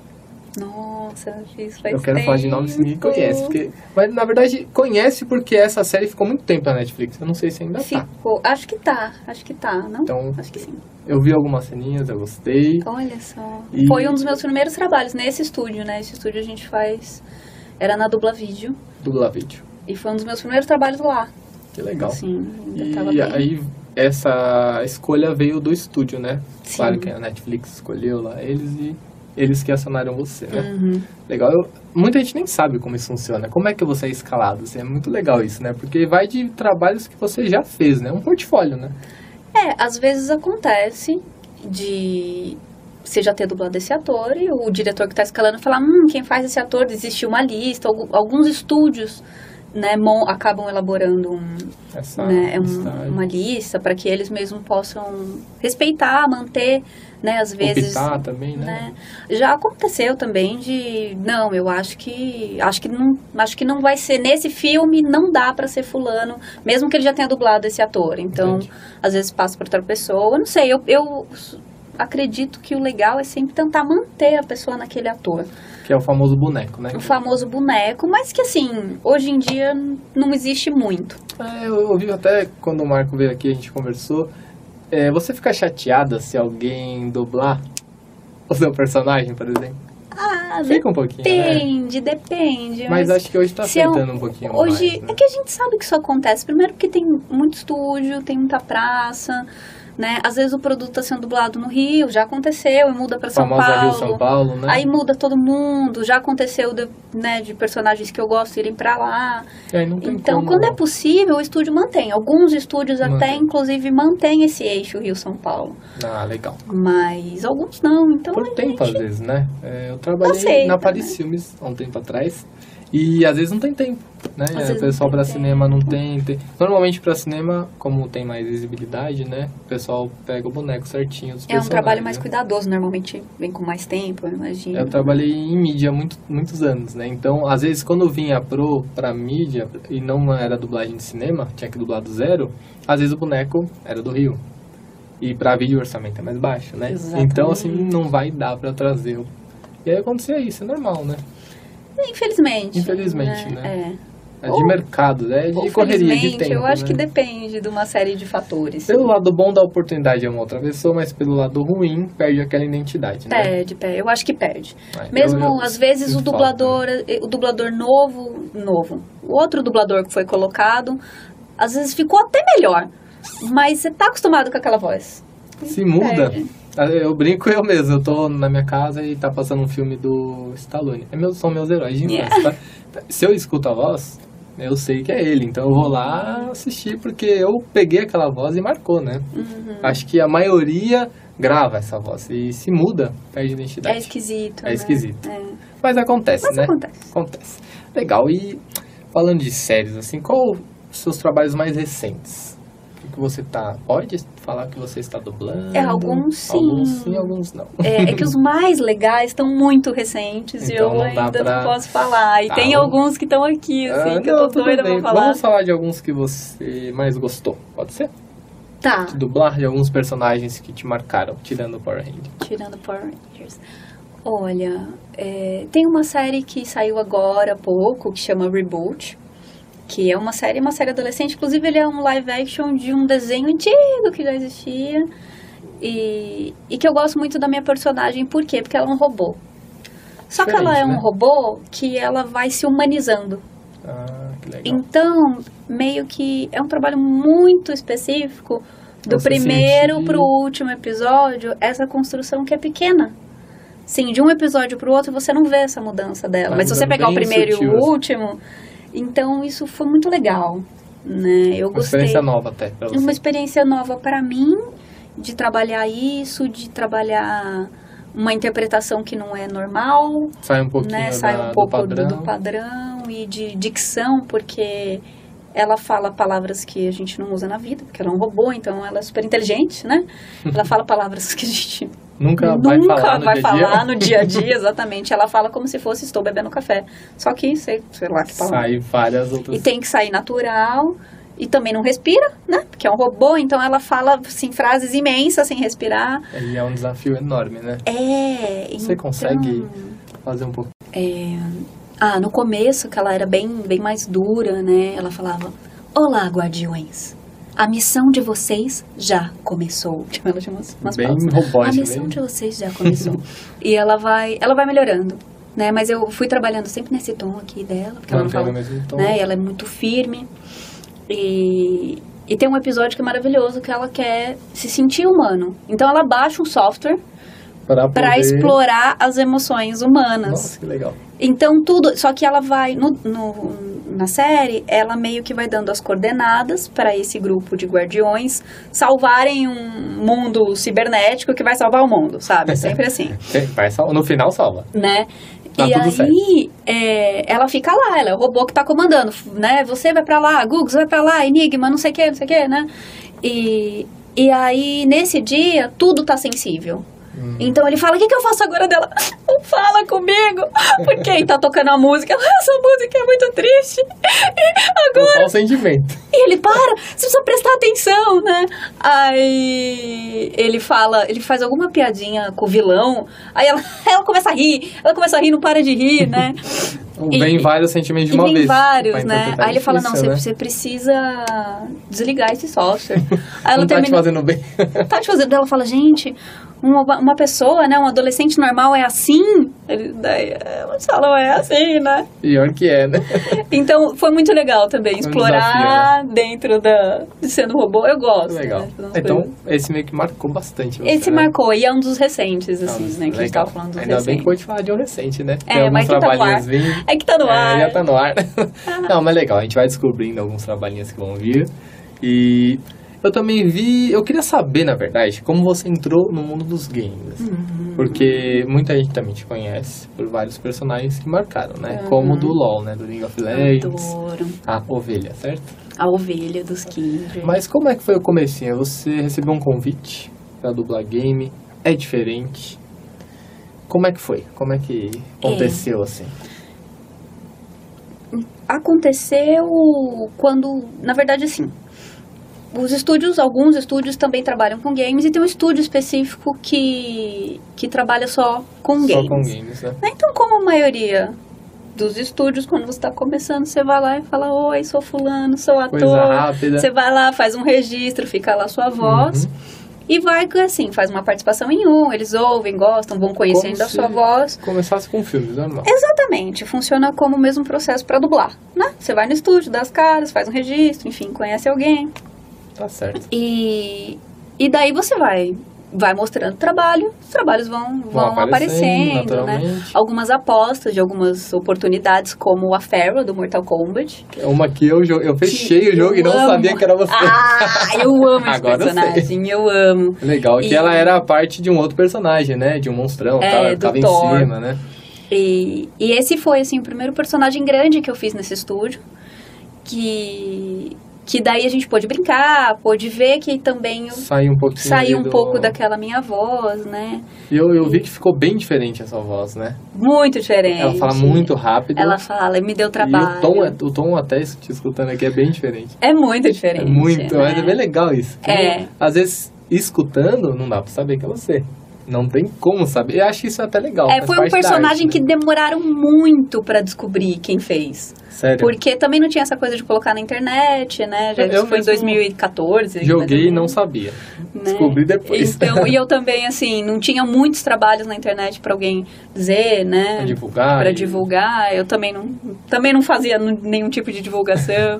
Nossa, eu fiz faz eu quero falar de nomes que ninguém tempo. conhece. Porque... Mas na verdade, conhece porque essa série ficou muito tempo na Netflix. Eu não sei se ainda tá. Ficou. Acho que tá, acho que tá, não? Então- Acho que sim. Eu vi algumas ceninhas, eu gostei. Olha só. E- Foi um dos meus primeiros trabalhos nesse estúdio, né? Esse estúdio a gente faz. Era na dubla vídeo. Dubla vídeo. E foi um dos meus primeiros trabalhos lá. Que legal. Assim, ainda tava E bem. aí essa escolha veio do estúdio, né? Sim. Claro que a Netflix escolheu lá eles e eles que acionaram você, né? Uhum. Legal. Eu- muita gente nem sabe como isso funciona. Como é que você é escalado? Assim, é muito legal isso, né? Porque vai de trabalhos que você já fez, né? Um portfólio, né? É, às vezes acontece de você já ter dublado esse ator e o diretor que está escalando falar, hum, quem faz esse ator, existe uma lista, Algu- alguns estúdios, né, mon- acabam elaborando um, Essa né, é um- estágio. uma lista para que eles mesmos possam respeitar, manter, né, às vezes, Optar também, né? né? Já aconteceu também de, não, eu acho que acho que não, acho que não vai ser nesse filme, não dá para ser fulano, mesmo que ele já tenha dublado esse ator. Então, Entendi. às vezes passa para outra pessoa, eu não sei, eu, eu acredito que o legal é sempre tentar manter a pessoa naquele ator. Que é o famoso boneco, né? O famoso boneco, mas que assim, hoje em dia não existe muito. É, eu ouvi até quando o Marco veio aqui, a gente conversou. É, você fica chateada se alguém dublar o seu personagem, por exemplo? Ah, Fica um pouquinho, né? depende, depende. Mas acho que hoje tá se é um- acertando um pouquinho Hoje, mais, é né? que a gente sabe que isso acontece. Primeiro porque tem muito estúdio, tem muita praça, né? Às vezes o produto tá sendo dublado no Rio, já aconteceu, e muda pra é São famosa Paulo. Rio São Paulo, né? Aí muda todo mundo, já aconteceu de, né, de personagens que eu gosto irem pra lá. E aí não tem Então, como- né? quando é possível, o estúdio mantém. Alguns estúdios até, Mantém. inclusive, mantém esse eixo Rio-São Paulo. Ah, legal. Mas alguns não, então... Por a tempo, às gente- tá vezes, né? É, eu trabalhei Aceita, na Paris Filmes há um tempo atrás. E às vezes não tem tempo, né? vezes o não pessoal tem pra tempo. cinema não tem, tem- Normalmente pra cinema, como tem mais visibilidade, né? O pessoal pega o boneco certinho dos É um trabalho personagens, mais né? cuidadoso, normalmente vem com mais tempo, eu imagino. Eu trabalhei em mídia há muito, muitos anos, né? Então, às vezes, quando eu vinha pro pra mídia e não era dublagem de cinema, tinha que dublar do zero, às vezes o boneco era do Rio. E pra vídeo o orçamento é mais baixo, né? Exatamente. Então, assim, não vai dar pra trazer. o- E aí acontecia isso, é normal, né? Infelizmente. Infelizmente, né? É. É de Ou- mercado, né? É Ou, de correria, de felizmente, tempo. eu acho né? que depende de uma série de fatores. Pelo lado bom da oportunidade é uma outra pessoa, mas pelo lado ruim perde aquela identidade, né? Perde, perde. Eu acho que perde. É, É, Mesmo, eu- eu às vezes, o sinto né? dublador, eh, o dublador novo, novo, o outro dublador que foi colocado, às vezes ficou até melhor. Mas você tá acostumado com aquela voz. Se muda. Ah, Perde. Eu brinco eu mesmo. Eu tô na minha casa e tá passando um filme do Stallone. É meu, são meus heróis de infância, tá? Se eu escuto a voz, eu sei que é ele. Então eu vou lá assistir porque eu peguei aquela voz e marcou, né? Uhum. Acho que a maioria grava essa voz e se muda, perde identidade. É esquisito. É né? esquisito. É. Mas acontece, Mas né? acontece. Acontece. Legal. E falando de séries, assim, qual os seus trabalhos mais recentes? O que que você tá. Pode falar que você está dublando? É, alguns sim. Alguns sim, alguns não. É, [LAUGHS] é que os mais legais estão muito recentes Então, e eu não dá ainda pra- não posso falar. E Tá, tem vamos- alguns que estão aqui, assim, Ah, que eu tô tudo doida pra bem. falar. Vamos falar de alguns que você mais gostou, pode ser? Tá, De dublar de alguns personagens que te marcaram, tirando o Power Ranger. tirando Power Rangers. Olha, é, tem uma série que saiu agora há pouco, que chama Reboot. Que é uma série, uma série adolescente. Inclusive, ele é um live action de um desenho antigo que já existia. E, e que eu gosto muito da minha personagem. Por quê? Porque ela é um robô. Só que ela é Diferente, um né? robô que ela vai se humanizando. Ah, que legal. Então, meio que é um trabalho muito específico do Você primeiro sente- pro último episódio, essa construção que é pequena. Sim, de um episódio pro outro você não vê essa mudança dela, Vai mas se você mudando pegar o Tá bem primeiro sutil, e o assim. último, então isso foi muito legal, né? Eu Uma gostei. É experiência nova assim. até pra você. Uma experiência nova pra mim de trabalhar isso, de trabalhar uma interpretação que não é normal, Sai um pouquinho né, sai da- um pouco do do padrão. do padrão. e de dicção, porque ela fala palavras que a gente não usa na vida, porque ela é um robô, então ela é super inteligente, né? Ela [LAUGHS] fala palavras que a gente Nunca, vai nunca falar no vai dia a dia. falar no dia a [LAUGHS] dia, exatamente. Ela fala como se fosse estou bebendo café. Só que, sei, sei lá que palavra. Sai várias outras E tem que sair natural. E também não respira, né? Porque é um robô, então ela fala, assim, frases imensas sem respirar. E é um desafio enorme, né? É... Você então- consegue fazer um pouco. Ah, no começo, que ela era bem, bem mais dura, né? Ela falava: Olá, guardiões. A missão de vocês já começou. [LAUGHS] Tipo, ela tinha umas, umas Bem pausas. A robótica, missão bem- de vocês já começou. e ela vai, ela vai melhorando, né? Mas eu fui trabalhando sempre nesse tom aqui dela, porque ela não Mantendo fala, o mesmo tom. né? E ela é muito firme. E, e tem um episódio que é maravilhoso que ela quer se sentir humano. Então ela baixa um software Pra, pra poder- explorar as emoções humanas. Nossa, que legal. Então tudo, só que ela vai no, no- na série, ela meio que vai dando as coordenadas para esse grupo de guardiões salvarem um mundo cibernético que vai salvar o mundo, sabe? Sempre assim, Sim, Vai sal... No final salva. né? Tá e tudo aí, é, ela fica lá, ela é o robô que tá comandando, f- né? Você vai pra lá, Google, você vai pra lá, Enigma, não sei o que, não sei o que, né? E, e aí, nesse dia, tudo tá sensível. Hum. Então ele fala, o que, que eu faço agora dela? Fala comigo! [LAUGHS] Porque aí tá tocando a música. [LAUGHS] Essa música é muito triste. Agora Só o sentimento. e ele para, você precisa prestar atenção, né? Aí ele fala, ele faz alguma piadinha com o vilão, aí ela, [LAUGHS] ela começa a rir, ela começa a rir, não para de rir, né? E- Vem vários sentimentos [LAUGHS] de E uma vem vez. pra vários, né? interpretar. Aí ele fala, não, Difícil, você, né? você precisa desligar [LAUGHS] esse software. Aí ela Não tá te termina fazendo bem. [LAUGHS] tá te fazendo. Ela fala, gente, uma, uma pessoa, né? Um adolescente normal é assim. Ele- Daí, ela fala, "Ué, é assim, né? Pior que é, né? Então foi muito legal também um explorar dentro da de sendo robô. Eu gosto. Legal. né? Então, Então, esse meio que marcou bastante. você, esse né? marcou e é um dos recentes, assim, Então, né? Que a gente legal. tava falando dos Ainda bem que recentes. pode falar de um recente, né? É, mas que tá no ar. vindo. É que tá no ar. É, já tá no [LAUGHS] ar. Não, mas legal, a gente vai descobrindo alguns trabalhinhos que vão vir. E eu também vi. Eu queria saber, na verdade, como você entrou no mundo dos games. Uhum. Porque muita gente também te conhece por vários personagens que marcaram, né? Como o do LOL, né? Do League of Legends. Adoro. A ovelha, certo? A ovelha dos Kindred. Mas como é que foi o comecinho? Você recebeu um convite pra dublar game? É diferente? Como é que foi? Como é que aconteceu assim? aconteceu quando, na verdade, assim, os estúdios, alguns estúdios também trabalham com games e tem um estúdio específico que, que trabalha só com Só games. com games, né? Né? Então, como a maioria dos estúdios, quando você está começando, você vai lá e fala, oi, sou fulano, sou ator. Coisa rápida. Uhum. Você vai lá, faz um registro, fica lá sua voz. E vai, assim, faz uma participação em um, eles ouvem, gostam, vão conhecendo Como a sua se voz. Começasse com filmes, né, normal. Exatamente, funciona como o mesmo processo para dublar, né? Você vai no estúdio, dá as caras, faz um registro, enfim, conhece alguém. Tá certo. E, e daí você vai vai mostrando trabalho, os trabalhos vão, vão, aparecendo, né? naturalmente. Algumas apostas de algumas oportunidades, como a Pharaoh do Mortal Kombat. É Uma que eu, jo- eu fechei o jogo e eu não amo. sabia que era você. Ah, eu amo esse Agora eu sei. personagem, eu, amo. Legal, que E- ela era a parte de um outro personagem, né? De um monstrão, É, tava, do tava Thor. em cima, né? E, e esse foi, assim, o primeiro personagem grande que eu fiz nesse estúdio. Que, que daí a gente pôde brincar, pôde ver que também eu Saiu um pouquinho. saí ali um do- pouco daquela minha voz, né? E eu, eu vi que ficou bem diferente essa voz, né? Muito diferente. Ela fala muito rápido. É, Ela fala, me deu E trabalho. o tom, é- o tom até es- te escutando aqui é bem diferente. É muito É diferente. muito, né? mas é bem legal isso. É. Às vezes, escutando, não dá pra saber que é você. Não tem como saber. Eu acho isso até legal. É, faz foi um parte da personagem arte, que né? demoraram muito pra descobrir quem fez. Sério. Porque também não tinha essa coisa de colocar na internet, né? Já Eu isso foi em mesmo Joguei 2014. e mais ou não menos, sabia. né? Descobri depois. [LAUGHS] Então, e eu também, assim, não tinha muitos trabalhos na internet pra alguém dizer, né? Pra divulgar. Pra e- divulgar. Eu também não, também não fazia nu- nenhum tipo [LAUGHS] de divulgação.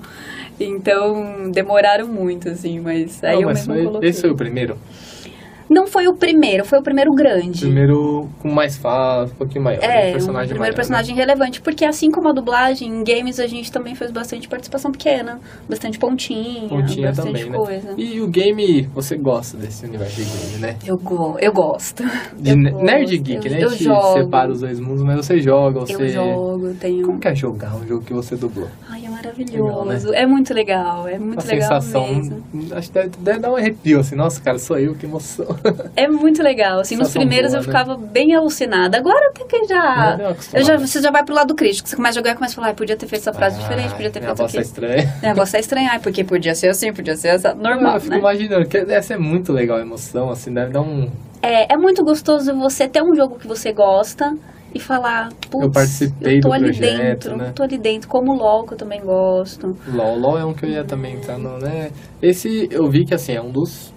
então, demoraram muito, assim, mas aí Não, eu mas mesmo foi- coloquei. Esse foi o primeiro. Não foi o primeiro, foi o primeiro grande. Primeiro com mais fala, um pouquinho maior. É, um personagem o primeiro maior, né? personagem relevante, porque assim como a dublagem, em games a gente também fez bastante participação pequena, bastante pontinha, Pontinha bastante também, né? coisa. E o game, você gosta desse universo de game, né? Eu, go eu gosto. De Eu ne- gosto, nerd e geek, eu- né? eu A gente jogo. separa os dois mundos, mas você joga, você... Eu jogo, tenho. Como que é jogar um jogo que você dublou? Ai, é maravilhoso. Legal, É muito legal, é muito a legal sensação, mesmo. acho que deve, deve dar um arrepio, assim, nossa, cara, sou eu, que emoção. [LAUGHS] É muito legal. Assim, nos Sensação primeiros boa, eu né? ficava bem alucinada. Agora até que já. Já deu uma Eu já, acostumada. você já vai pro lado crítico. Você começa a jogar e começa a falar, ah, podia ter feito essa frase diferente, podia ter minha feito voz tá aquilo. estranha. O negócio é estranho, ai, porque podia ser assim, podia ser essa. Normal, eu fico né? imaginando, que essa é muito legal a emoção, assim, deve dar um... É, é muito gostoso você ter um jogo que você gosta e falar, putz, Eu participei eu tô do ali projeto, dentro, né? tô ali dentro, como o LOL que eu também gosto. LOL, LOL é um que eu ia também entrar no, né? Esse eu vi que assim é um dos,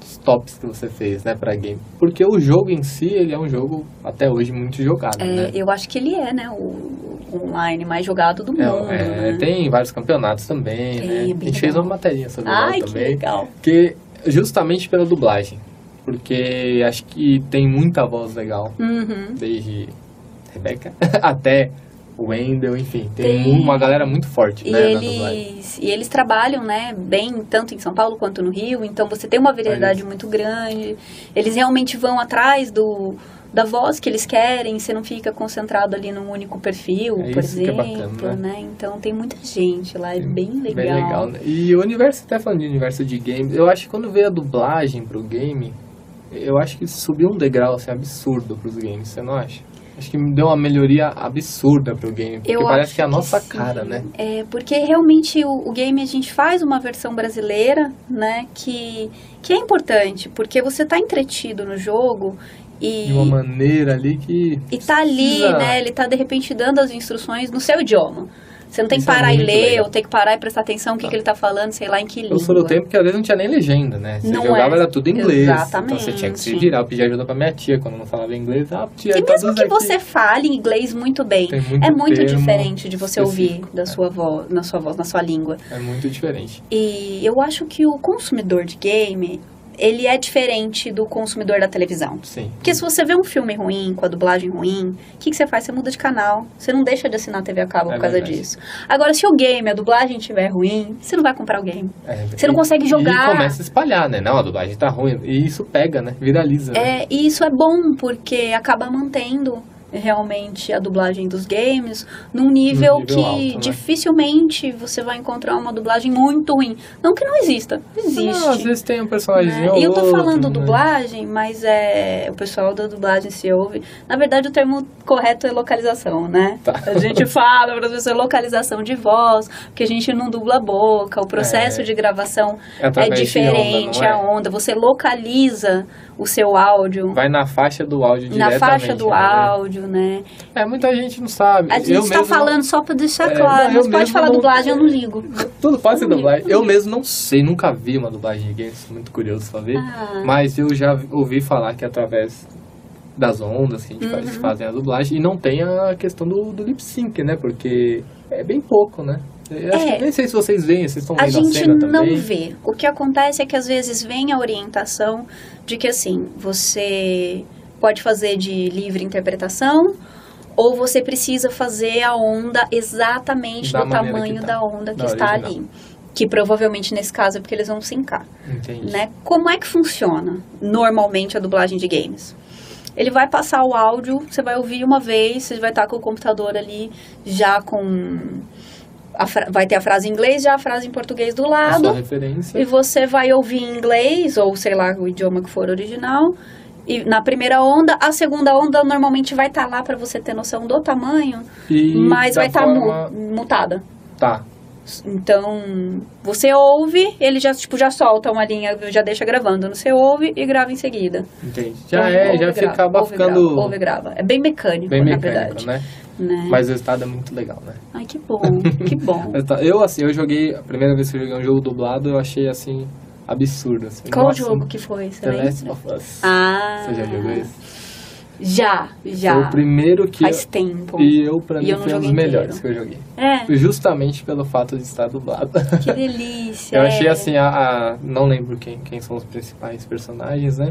dos tops que você fez, né, pra game. Porque o jogo em si, ele é um jogo até hoje muito jogado, É, né? Eu acho que ele é, né, o online mais jogado do É, mundo, é, né? Tem vários campeonatos também, É, né? A bem gente legal. fez uma materinha sobre Ai, LOL que também. legal. Que justamente pela dublagem. Porque acho que tem muita voz legal. Uhum. Desde Rebeca [LAUGHS] até o Wendel, enfim. Tem, Tem. uma galera muito forte, E, né? Na dublagem. eles, e eles trabalham, né, bem, tanto em São Paulo quanto no Rio, então você tem uma variedade muito grande. Eles realmente vão atrás do da voz que eles querem, você não fica concentrado ali num único perfil, É por isso que é exemplo, bacana, né? Então tem muita gente lá, é bem legal. Bem legal, né? E o universo, até falando de universo de games, eu acho que quando veio a dublagem pro game, eu acho que subiu um degrau assim, absurdo pros games, você não acha? Acho que me deu uma melhoria absurda pro game, porque Eu parece acho que é a que nossa sim. cara, né? É, porque realmente o, o game a gente faz uma versão brasileira, né? Que, que é importante, porque você tá entretido no jogo e, De uma maneira ali que. e tá ali, precisa- né? Ele tá de repente dando as instruções no seu idioma. Você não tem que Isso é parar e muito ler, legal. ou tem que parar e prestar atenção no que, que ele tá falando, sei lá, em que língua. Eu sou do tempo que às vezes não tinha nem legenda, né? Você Não jogava, é. era tudo em inglês. Então você Exatamente. tinha que se virar. Eu pedi ajuda pra minha tia quando não falava inglês. Ah, tia, E traduz mesmo que aqui. você fale inglês muito bem, Tem muito é muito termo diferente de você ouvir específico, da é. sua voz, na sua voz, na sua língua. É muito diferente. E eu acho que o consumidor de game, ele é diferente do consumidor da televisão. Sim. Porque se você vê um filme ruim, com a dublagem ruim, o que, que você faz? Você muda de canal. Você não deixa de assinar a TV a cabo É por causa verdade. disso. Agora, se o game, a dublagem estiver ruim, você não vai comprar o game. É, Você não e- consegue jogar. E começa a espalhar, né? Não, a dublagem tá ruim. E isso pega, né? Viraliza. né? É, e isso é bom, porque acaba mantendo eh, realmente a dublagem dos games num nível, nível que alto, né? dificilmente você vai encontrar uma dublagem muito ruim. Não que não exista, existe. Não, Então, às vezes tem um personagem. né? ou E eu tô outro, falando né? dublagem, mas é o pessoal da dublagem se ouve. Na verdade, o termo correto é localização, né? Tá. [LAUGHS] A gente fala para as pessoas localização de voz, porque a gente não dubla a boca, o processo É. Tá de gravação é um- através de diferente, onda, a não é? onda, você localiza o seu áudio Vai na faixa do áudio na diretamente. faixa do né? áudio, né? É, muita gente não sabe. A gente eu tá mesmo não- falando só pra deixar É, claro, não, mas eu pode mesmo falar não- dublagem, eu [LAUGHS] não ligo. Tudo pode ser Não, dublagem. Eu mesmo não sei, nunca vi uma dublagem de games, sou muito curioso pra ver. Ah. Mas eu já ouvi falar que através das ondas que a gente faz, Uhum. fazem a dublagem e não tem a questão do, do lip sync, né? Porque é bem pouco, né? Eu acho É. que nem sei se vocês veem, vocês estão vendo A a, gente cena não também. vê. O que acontece é que às vezes vem a orientação de que assim, você pode fazer de livre interpretação ou você precisa fazer a onda exatamente Da do maneira que tamanho tá. da onda que Da está original. ali. Que provavelmente nesse caso é porque eles vão sincar. Entendi. né? Como é que funciona normalmente a dublagem de games? Ele vai passar o áudio, você vai ouvir uma vez, você vai estar com o computador ali já com a fra- vai ter a frase em inglês, já a frase em português do A sua lado, referência. e você vai ouvir em inglês ou sei lá o idioma que for original. E na primeira onda, a segunda onda normalmente vai estar lá para você ter noção do tamanho, E mas da vai tá estar forma... mutada. Tá. Então, você ouve, ele já, tipo, já solta uma linha, já deixa gravando. Você ouve e grava em seguida. Entendi. Já Ouve- é, ouve, já grava, acaba ouve, ficando Grava, ouve, grava. É bem mecânico, bem na mecânico, verdade. né? Né? Mas o resultado é muito legal, né? Ai, que bom, que bom. [LAUGHS] Mas tá, Eu, assim, eu joguei... A primeira vez que eu joguei um jogo dublado, eu achei, assim, absurdo. Assim. Qual Nossa, jogo que foi? Você The Last lembra? of Us. Ah, Você já jogou isso? Já, Foi o já. primeiro que... Faz tempo. E eu, pra E mim, eu não foi um dos joguei melhores que eu joguei. É, Justamente pelo fato de estar dublado. [LAUGHS] que delícia. Eu é. achei assim, a, a- não lembro quem, quem são os principais personagens, né?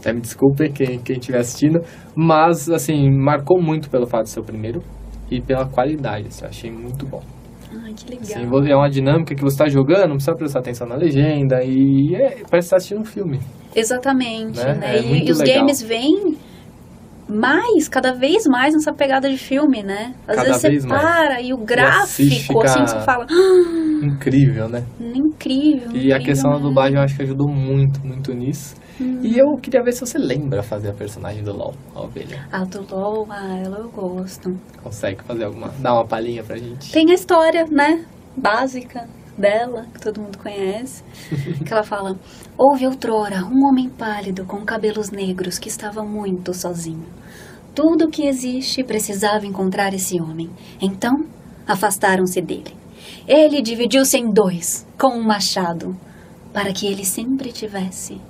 Até me desculpe quem quem estiver assistindo, mas assim, marcou muito pelo fato de ser o primeiro e pela qualidade, assim, eu achei muito bom. Ai, que legal. Assim, vo- é uma dinâmica que você está jogando, não precisa prestar atenção na legenda e é, parece que está assistindo um filme. Exatamente, Né? né? É e, muito e os legal. games vêm mais, cada vez mais nessa pegada de filme, né? Às Cada vezes você vez mais. para e o assiste, gráfico, assim, fica- você fala, "Ah, Incrível, né? incrível. E a incrível né? Uhum. questão da mesmo." dublagem eu acho que ajudou muito, muito nisso. E eu queria ver se você lembra fazer a personagem do LOL, a ovelha. A do LOL, ah, ela eu gosto. Consegue fazer alguma, dar uma palhinha pra gente? Tem a história, né? Básica dela, que todo [LAUGHS] mundo conhece, que ela fala: Houve outrora um homem pálido com cabelos negros que estava muito sozinho. Tudo o que existe precisava encontrar esse homem. Então, afastaram-se dele. Ele dividiu-se em dois com um machado, para que ele sempre tivesse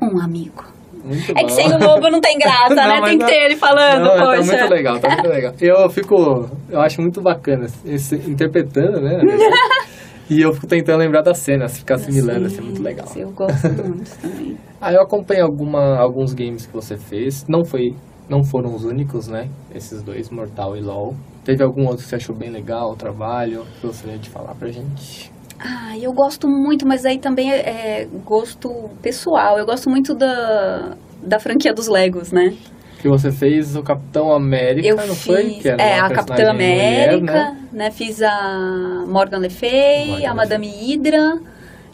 um amigo. Muito É bom. que sem [LAUGHS] o lobo não tem graça, Não, né? mas Tem que não- ter ele falando, Não, poxa. Tá muito legal, tá muito legal. Eu fico, eu acho muito bacana esse- interpretando, [LAUGHS] né? na verdade. E eu fico tentando lembrar das cenas, ficar assimilando, assim, muito legal. Eu gosto muito [LAUGHS] também. Ah, eu acompanho alguma, alguns games que você fez, não foi, não foram os únicos, né? Esses dois, Mortal e LoL. Teve algum outro que você achou bem legal, o trabalho, que você gostaria de falar pra gente? Ah, eu gosto muito, mas aí também é, é gosto pessoal. Eu gosto muito da, da franquia dos Legos, né? Que você fez o Capitão América, eu não fiz foi? Que tá era é, uma a Capitã personagem mulher, América, né? né? Fiz a Morgan Le Fay, Morgan a Le Madame Hydra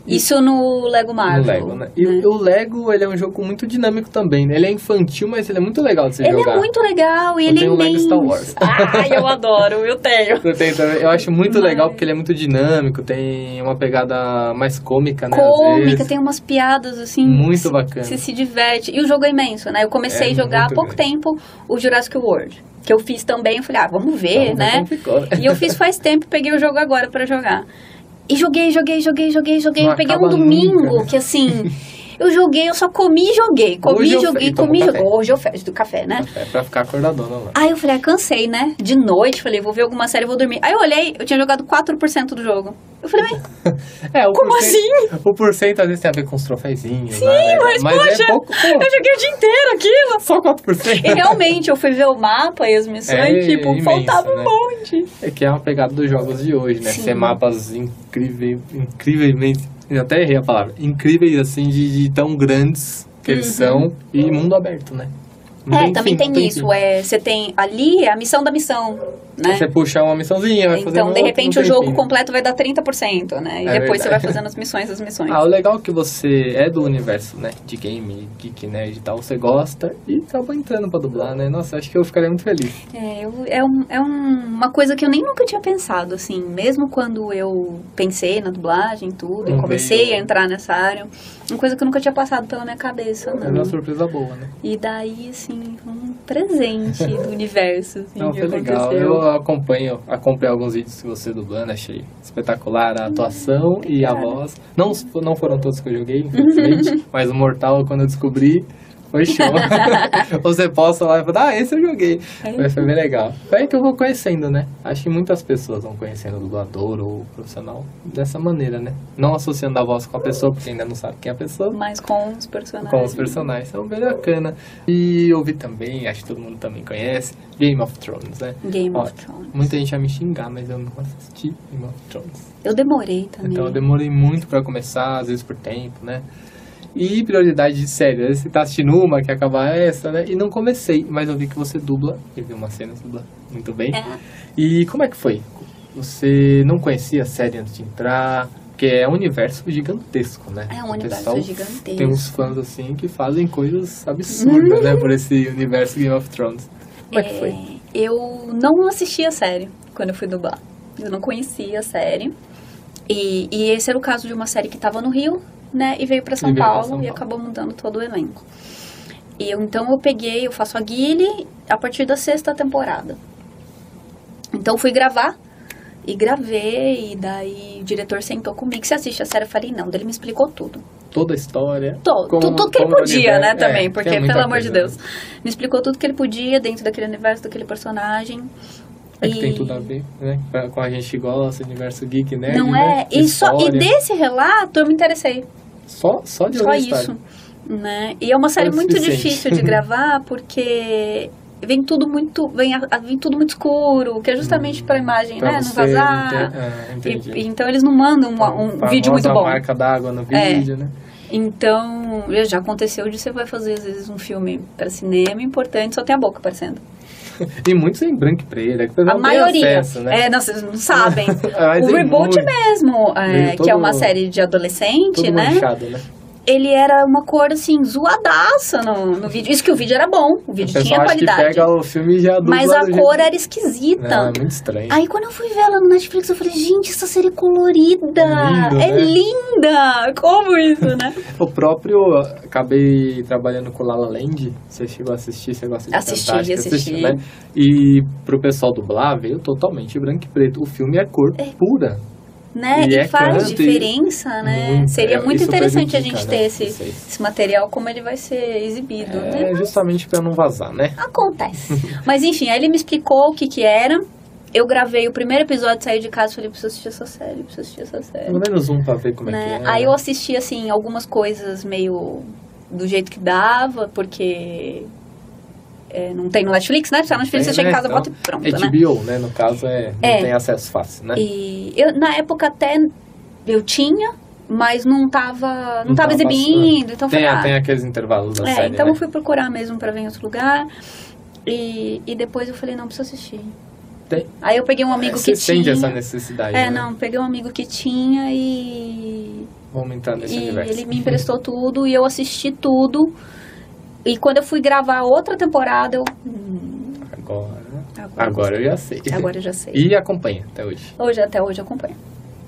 Isso no Lego Marvel. No Lego, né? E o- o Lego, ele é um jogo muito dinâmico também, né? Ele é infantil, mas ele é muito legal de se Ele jogar. é muito legal e Eu ele tenho é o Lego imenso. Star [LAUGHS] Wars. Ai, eu adoro, eu tenho. Eu, tenho também. Eu acho muito legal porque ele é muito dinâmico, tem uma pegada mais cômica, né? às Cômica, vezes. tem umas piadas assim. Muito que bacana. Você se diverte. E o jogo é imenso, né? Eu comecei É a jogar há muito pouco grande. tempo o Jurassic World, que eu fiz também. Eu falei, ah, vamos ver, Então, Vamos ver né? como ficou. E eu fiz faz tempo, peguei o jogo agora pra jogar. E joguei, joguei, joguei, joguei, joguei. Não Eu peguei um acaba domingo nunca, né? que assim. Eu joguei, eu só comi e joguei. Comi, Hoje eu fe- então, tá joguei, e tomou comi, café. joguei. Hoje eu fecho do café, né? É pra ficar acordadona lá. Aí eu falei, ah, cansei, né? De noite, falei, vou ver alguma série, vou dormir. Aí eu olhei, eu tinha jogado 4% do jogo. Eu falei, mas É, o Como assim? O porcento às vezes tem a ver com os troféuzinhos. Sim, mas, poxa, é pouco. pô, eu joguei o dia inteiro aquilo. só 4%. E realmente, eu fui ver o mapa e as missões, É tipo, imenso, faltava né? um monte. É que é uma pegada dos jogos de hoje, né? Sim. Ser mapas incrível, incrivelmente. Eu até errei a palavra. Incríveis, assim, de, de tão grandes que eles são. E mundo aberto, né? Não Uhum. É, também fim, tem, não isso. fim. É, você tem ali é a missão da missão, né? Você puxar uma missãozinha, vai fazer um Então, de outra, repente, não o tem jogo fim. completo vai dar 30%, né? E É depois você verdade. vai fazendo as missões, as missões. Ah, o legal é que você é do universo, né? De game, geek, nerd e tal. Você gosta e acaba entrando pra dublar, né? Nossa, acho que eu ficaria muito feliz. É, eu- é, um- é um- uma coisa que eu nem nunca tinha pensado, assim. Mesmo quando eu pensei na dublagem e tudo, e Não comecei veio. a entrar nessa área, uma coisa que eu nunca tinha passado pela minha cabeça, É uma não. surpresa boa, né? E daí, assim, um presente do universo, assim, Não, que foi é legal. aconteceu. Eu acompanho, acompanho alguns vídeos que você dublando, achei espetacular a Hum, atuação e a voz. Não, s- não foram todos que eu joguei, [LAUGHS] infelizmente, mas o Mortal, quando eu descobri, foi show. [LAUGHS] você posta lá e fala, ah, esse eu joguei. É Mas foi bem legal. Foi aí que eu vou conhecendo, né? Acho que muitas pessoas vão conhecendo o dublador ou o profissional dessa maneira, né? Não associando a voz com a pessoa, porque ainda não sabe quem é a pessoa Mas com os personagens. com os personagens. Então, bem bacana. E eu vi também, acho que todo mundo também conhece, Game of Thrones, né? Game Ó, of Thrones. Muita gente vai me xingar, mas eu não assisti Game of Thrones. Eu demorei também. Então, eu demorei muito pra começar, às vezes por tempo, né? E prioridade de série. Às vezes você tá assistindo uma, quer acabar essa, né? E não comecei, mas eu vi que você dubla. Eu vi uma cena, você dubla muito bem. E como é que foi? Você não conhecia a série antes de entrar? Porque é um universo gigantesco, né? É um O universo pessoal gigantesco. Tem uns fãs assim que fazem coisas absurdas, [LAUGHS] né? Por esse universo Game of Thrones. Como é, que foi? Eu não assisti a série quando eu fui dublar. Eu não conhecia a série. E, e esse era o caso de uma série que estava no Rio, né? E veio para São, E veio pra Paulo São e Paulo. acabou mudando todo o elenco. E eu, então eu peguei, eu faço a Guile a partir da sexta temporada. Então eu fui gravar e gravei, e daí o diretor sentou comigo, você assiste a série? Eu falei, não, daí ele me explicou tudo. Toda a história. Tô, Como- tudo, tudo que ele como podia, universo- né, é, também, tem porque, muita pelo amor de coisa, né? Deus. Me explicou tudo que ele podia dentro daquele universo, daquele personagem. É que tem E- tudo a ver, né? pra- Com a gente que gosta, universo geek, né? Não né? é? E, só, e História. desse relato eu me interessei. Só, só de Só ouvir a isso. história. Né? E é uma série Foi o muito suficiente. difícil de gravar porque vem tudo muito. Vem, a- vem tudo muito escuro, que é justamente pra imagem, Hum. Pra né? Não você vazar. ente- ah, E- entendi. e então eles não mandam uma- um Famosa vídeo muito bom. marca d'água no É. vídeo, né? Então, já aconteceu de você vai fazer, às vezes, um filme pra cinema importante, só tem a boca aparecendo. E muitos em branco e preto, é que o A pessoal tem maioria. acesso, né? É, não, vocês não [LAUGHS] sabem. Mas o tem Reboot muito. mesmo, é, Veio que é todo- uma série de adolescente, Todo né? manchado, né? Ele era uma cor, assim, zoadaça no, no vídeo. Isso que o vídeo era bom, o O vídeo tinha pessoal acha que qualidade. pega o filme e já dubla Mas a do cor então. jeito- era esquisita. Não, é muito estranho. Aí quando eu fui ver ela no Netflix, eu falei, gente, essa série é colorida, Lindo, é né? linda, como isso, né? O próprio, acabei trabalhando com o Lala Land, você chegou a assistir, você gosta de Assisti, fantástico, assisti. assistiu, né? E pro pessoal dublar, veio totalmente branco e preto. O filme é cor pura. né? E E, é faz canto e- diferença, né? Muito, Seria é, muito isso interessante a prejudica, gente né? ter esse, Isso aí. esse material, como ele vai ser exibido, né? É justamente pra não vazar, né? [LAUGHS] Acontece. Mas enfim, aí ele me explicou o que que era. Eu gravei o primeiro episódio, saí de casa e falei, preciso assistir essa série, preciso assistir essa série. Pelo menos um pra ver como É. né? é que é. Aí eu assisti, assim, algumas coisas meio do jeito que dava, porque... é, não tem no Netflix, né? Se tá no Netflix, Tem, você chega em né? casa, Então, bota e pronto, né? HBO, né? No caso, é, não É. tem acesso fácil, né? E eu, na época até eu tinha, mas não tava, não, Não tava, tava exibindo, então Tem, foi ah, tem aqueles intervalos da é, série, então né? eu fui procurar mesmo pra ver em outro lugar. E, e depois eu falei, não preciso assistir. Tem- Aí eu peguei um amigo É, que você É, sente né? tinha. essa necessidade, né? é, não, peguei um amigo que tinha e Vamos entrar nesse e universo. ele me emprestou tudo e eu assisti tudo. E quando eu fui gravar outra temporada, eu. hum, Agora. né? Agora, Agora eu já sei. Agora eu [LAUGHS] já sei. E acompanha até hoje. Hoje, até hoje, eu acompanho.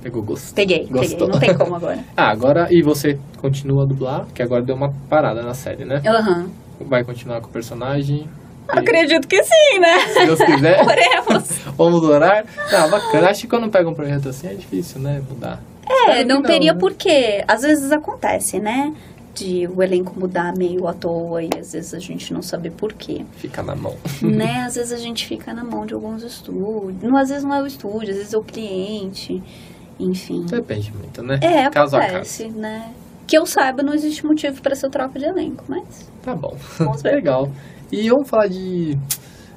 Pegou gosto. Peguei, Gostou. peguei. Não tem como [LAUGHS] agora. Ah, agora. E você continua a dublar, que agora deu uma parada na série, né? Aham. Vai continuar com o personagem. e, Acredito que sim, Se né? Deus [LAUGHS] quiser. Oremos. Vamos durar. Ah, bacana. Acho que quando pega um projeto assim é difícil, né? Mudar. É, não teria né? porquê. Às vezes acontece, né? De o elenco mudar meio à toa e às vezes a gente não saber porquê. Fica na mão. né? Às vezes a gente fica na mão de alguns estúdios. Não, às vezes não é o estúdio, às vezes é o cliente. Enfim. Depende muito, né? Uhum. É, caso acontece, né? Que eu saiba, não existe motivo pra essa troca de elenco, [LAUGHS] mas a caso. Tá bom. vamos ver. Legal. E vamos falar de.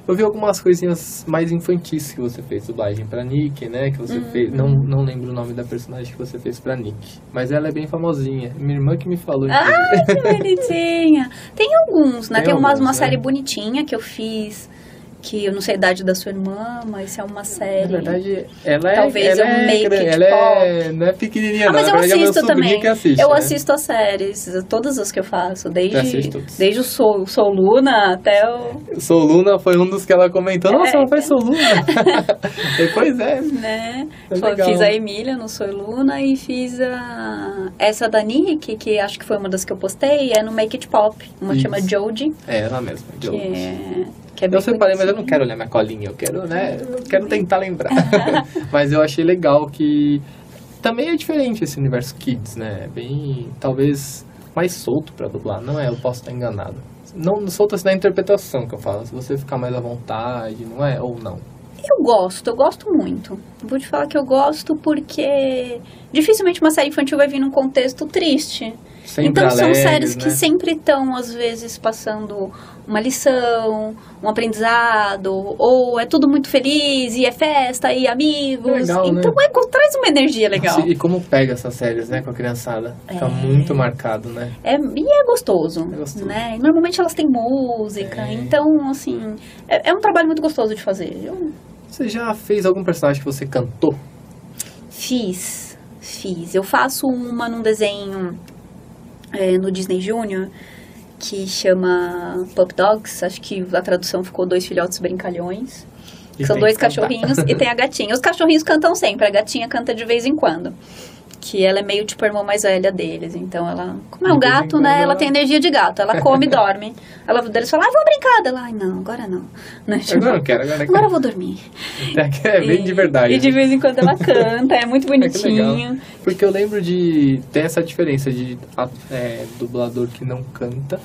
Eu vi algumas coisinhas mais infantis que você fez, dublagem pra Nick, né? Que você fez. Uhum. Não, não lembro o nome da personagem que você fez pra Nick. Mas ela é bem famosinha. Minha irmã que me falou. Ah, inclusive. Ai, que bonitinha! Tem alguns, né? Tem Tem, umas- alguns, uma né? série bonitinha que eu fiz, que eu não sei a idade da sua irmã, mas é uma série. [LAUGHS] Na verdade, ela é. Talvez ela eu é, meio que, gran- tipo, Ela é. Não é pequenininha, não. Ah, mas Na eu verdade, é meu assisto sobrinho também. que assiste. eu né? assisto as séries, todas as que eu faço, assiste desde, todas. desde o Sou, Sou Luna até o. Sou Luna foi um dos que ela comentou. Nossa, É, ela faz Sou Luna. [LAUGHS] Depois é. né? É Fa- legal. Fiz a Emília no Sou Luna e fiz a essa da Nick, que acho que foi uma das que eu postei, é no Make It Pop. Uma Isso. chama Jodie, É, ela mesma. que Jones. é, que é bem Eu separei, mas eu bonitinha. não quero olhar minha colinha, eu quero, né? Eu quero tentar lembrar. [LAUGHS] mas eu achei legal que também é diferente esse universo kids, né? É Bem, talvez mais solto pra dublar, não é? Eu posso estar enganado. Não solto assim na interpretação que eu falo, se você ficar mais à vontade, não é? Ou não. Eu gosto, eu gosto muito. Vou te falar que eu gosto porque dificilmente uma série infantil vai vir num contexto triste. Sempre então são alegres, séries que né? sempre estão, às vezes, passando uma lição, um aprendizado, ou é tudo muito feliz, e é festa, e amigos. Legal, né? então é, co- traz uma energia legal. E como pega essas séries, né, com a criançada? Fica muito marcado, né? É, e é gostoso, É gostoso. né? E Normalmente elas têm música, É. então, assim, é, é um trabalho muito gostoso de fazer. Eu Você já fez algum personagem que você [LAUGHS] cantou? Fiz, fiz. Eu faço uma num desenho é, no Disney Junior que chama Pup Dogs. Acho que a tradução ficou Dois Filhotes Brincalhões. E que são tem dois que cantar. cachorrinhos e tem a gatinha. Os cachorrinhos cantam sempre, a gatinha canta de vez em quando. Que ela é meio tipo a irmã mais velha deles. Então ela. Como é um De vez em gato, quando né? ela- Ela tem energia de gato. [LAUGHS] Ela come e dorme. Ela deles fala, ah, vou brincar. Ela, ai, não, agora não. Né, tipo, Agora eu não quero, agora eu agora eu quero. vou dormir. É bem de verdade. E de vez em quando [LAUGHS] ela canta, é muito É [LAUGHS] que legal. bonitinho. Porque eu lembro de ter essa diferença de a- é, dublador que não canta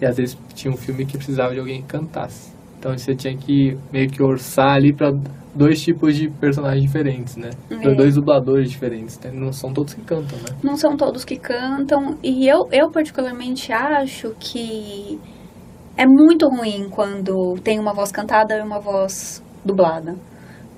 e às vezes tinha um filme que precisava de alguém que cantasse. Então você tinha que meio que orçar ali pra dois tipos de personagens diferentes, né? Pra É. Dois dubladores diferentes. né? Não são todos que cantam, né? [LAUGHS] Não são todos que cantam. E eu, eu particularmente acho que é muito ruim quando tem uma voz cantada e uma voz dublada.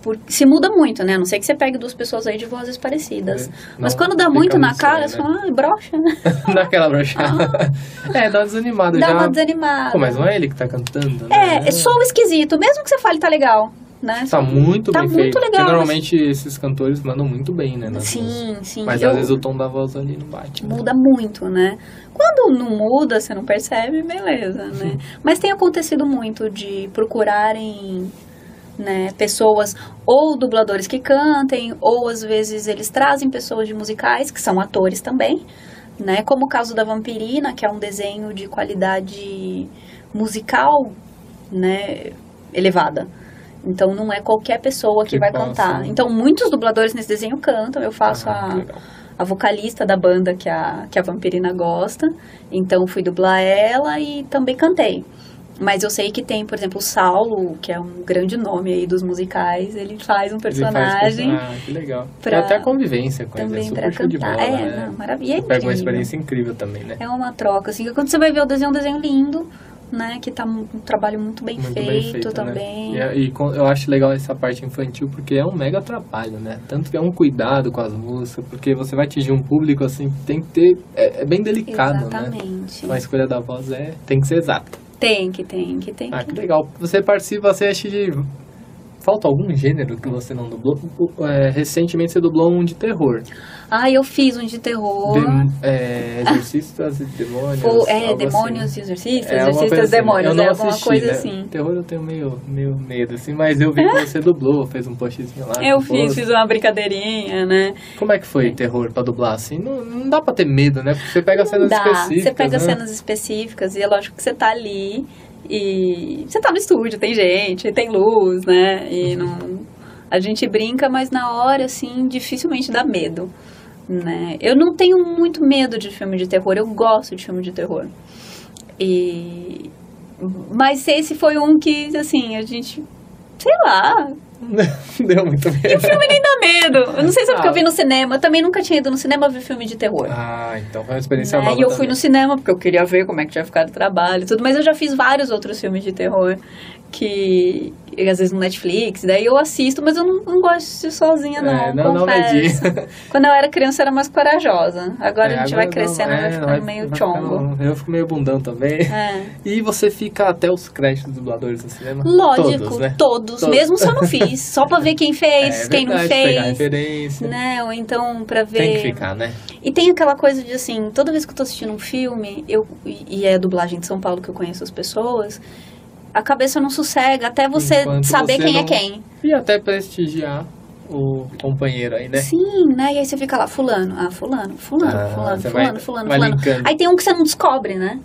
Porque se muda muito, né? A não sei que você pegue duas pessoas aí de vozes parecidas. É. Mas Não, quando dá fica muito na muito cara, você estranho, fala, ah, brocha, [LAUGHS] né? Daquela brochada. é, dá uma desanimada [LAUGHS] Ah. Dá já. uma desanimada. Pô, mas não é ele que tá cantando, né? É, é só o esquisito. Mesmo que você fale, tá legal, né? Tá muito Tá bem muito feito. porque legal, mas- normalmente esses cantores mandam muito bem, né? nas músicas. Sim, sim. Mas eu- às vezes o tom da voz ali não bate. né? muda muito, né? Quando não muda, você não percebe, beleza, né? Mas tem acontecido muito de procurarem né, pessoas ou dubladores que cantem, ou às vezes eles trazem pessoas de musicais, que são atores também, né? Como o caso da Vampirina, que é um desenho de qualidade musical, né, elevada. Então não é qualquer pessoa que, Que vai passa, cantar. né? Então muitos dubladores nesse desenho cantam, eu faço Ah, a legal. a vocalista da banda que a, que a Vampirina gosta. Então fui dublar ela e também cantei. Mas eu sei que tem, por exemplo, o Saulo, que é um grande nome aí dos musicais, ele faz um Ele faz personagem Ah, que legal. pra- É até a convivência com ele, é também pra super show de cantar. bola, é, né? não, maravilha. É Pega uma incrível. experiência incrível também, né? É uma troca, assim, que quando você vai ver o desenho, é um desenho lindo, né? Que tá um um trabalho muito bem, Muito feito, bem feito também. Né? E, e com- eu acho legal essa parte infantil porque é um mega trabalho, né? Tanto que é um cuidado com as músicas, porque você vai atingir um público assim que tem que ter. É, é bem delicado, né? Exatamente. A escolha da voz é, tem que ser exata. Tem que, tem que, tem Ah, que. que legal. Você participa, você acha de Falta algum gênero que você não dublou? O- é, recentemente você dublou um de terror. Ah, eu fiz um de terror. Dem- é, exorcistas e demônios. Ou, é, algo demônios assim. e exorcistas, É, alguma exorcistas coisa assim. Eu demônios, não é alguma assisti, coisa né? assim. Terror eu tenho meio, meio medo, assim, mas eu vi que você dublou, fez um postzinho lá. Eu com fiz, foto. fiz uma brincadeirinha, né? Como é que foi terror pra dublar assim? Não, não dá pra ter medo, né? Porque você pega cenas Dá, específicas. você pega né? cenas específicas e é lógico que você tá ali e você tá no estúdio, tem gente, tem luz, né? E Uhum. não a gente brinca, mas na hora assim dificilmente dá medo, né? Eu não tenho muito medo de filme de terror, eu gosto de filme de terror. E mas esse foi um que assim, a gente sei lá, [LAUGHS] Deu muito medo. dá medo. Eu não sei se é porque Ah. eu vi no cinema, eu também nunca tinha ido no cinema ver filme de terror. Ah, então foi uma experiência Né, nova. E eu fui também. no cinema porque eu queria ver como é que tinha ficado o trabalho e tudo, mas eu já fiz vários outros filmes de terror que e às vezes no Netflix, daí eu assisto, mas eu não, não gosto de assistir sozinha, não. É, não, não confesso. medinho. Quando eu era criança eu era mais corajosa. Agora É, a gente vai crescendo, vai ficando meio vai chongo. ficando- eu fico meio bundão também. [LAUGHS] É. E você fica até os créditos dos dubladores no cinema? Lógico, Todos, todos, né? Todos. mesmo se [LAUGHS] eu não fiz, só pra ver quem fez, É quem não verdade, Pegar fez. referência. Né? Ou então pra ver. Tem que ficar, né? E tem aquela coisa de assim, toda vez que eu tô assistindo um filme, eu e e é a dublagem de São Paulo que eu conheço as pessoas, a cabeça não sossega até você Enquanto saber você quem é não- quem. E até prestigiar o companheiro aí, né? Sim, né? E aí você fica lá, fulano, ah, fulano, fulano, Ah, fulano, você fulano, vai- fulano, vai fulano. linkando. Aí tem um que você não descobre, né?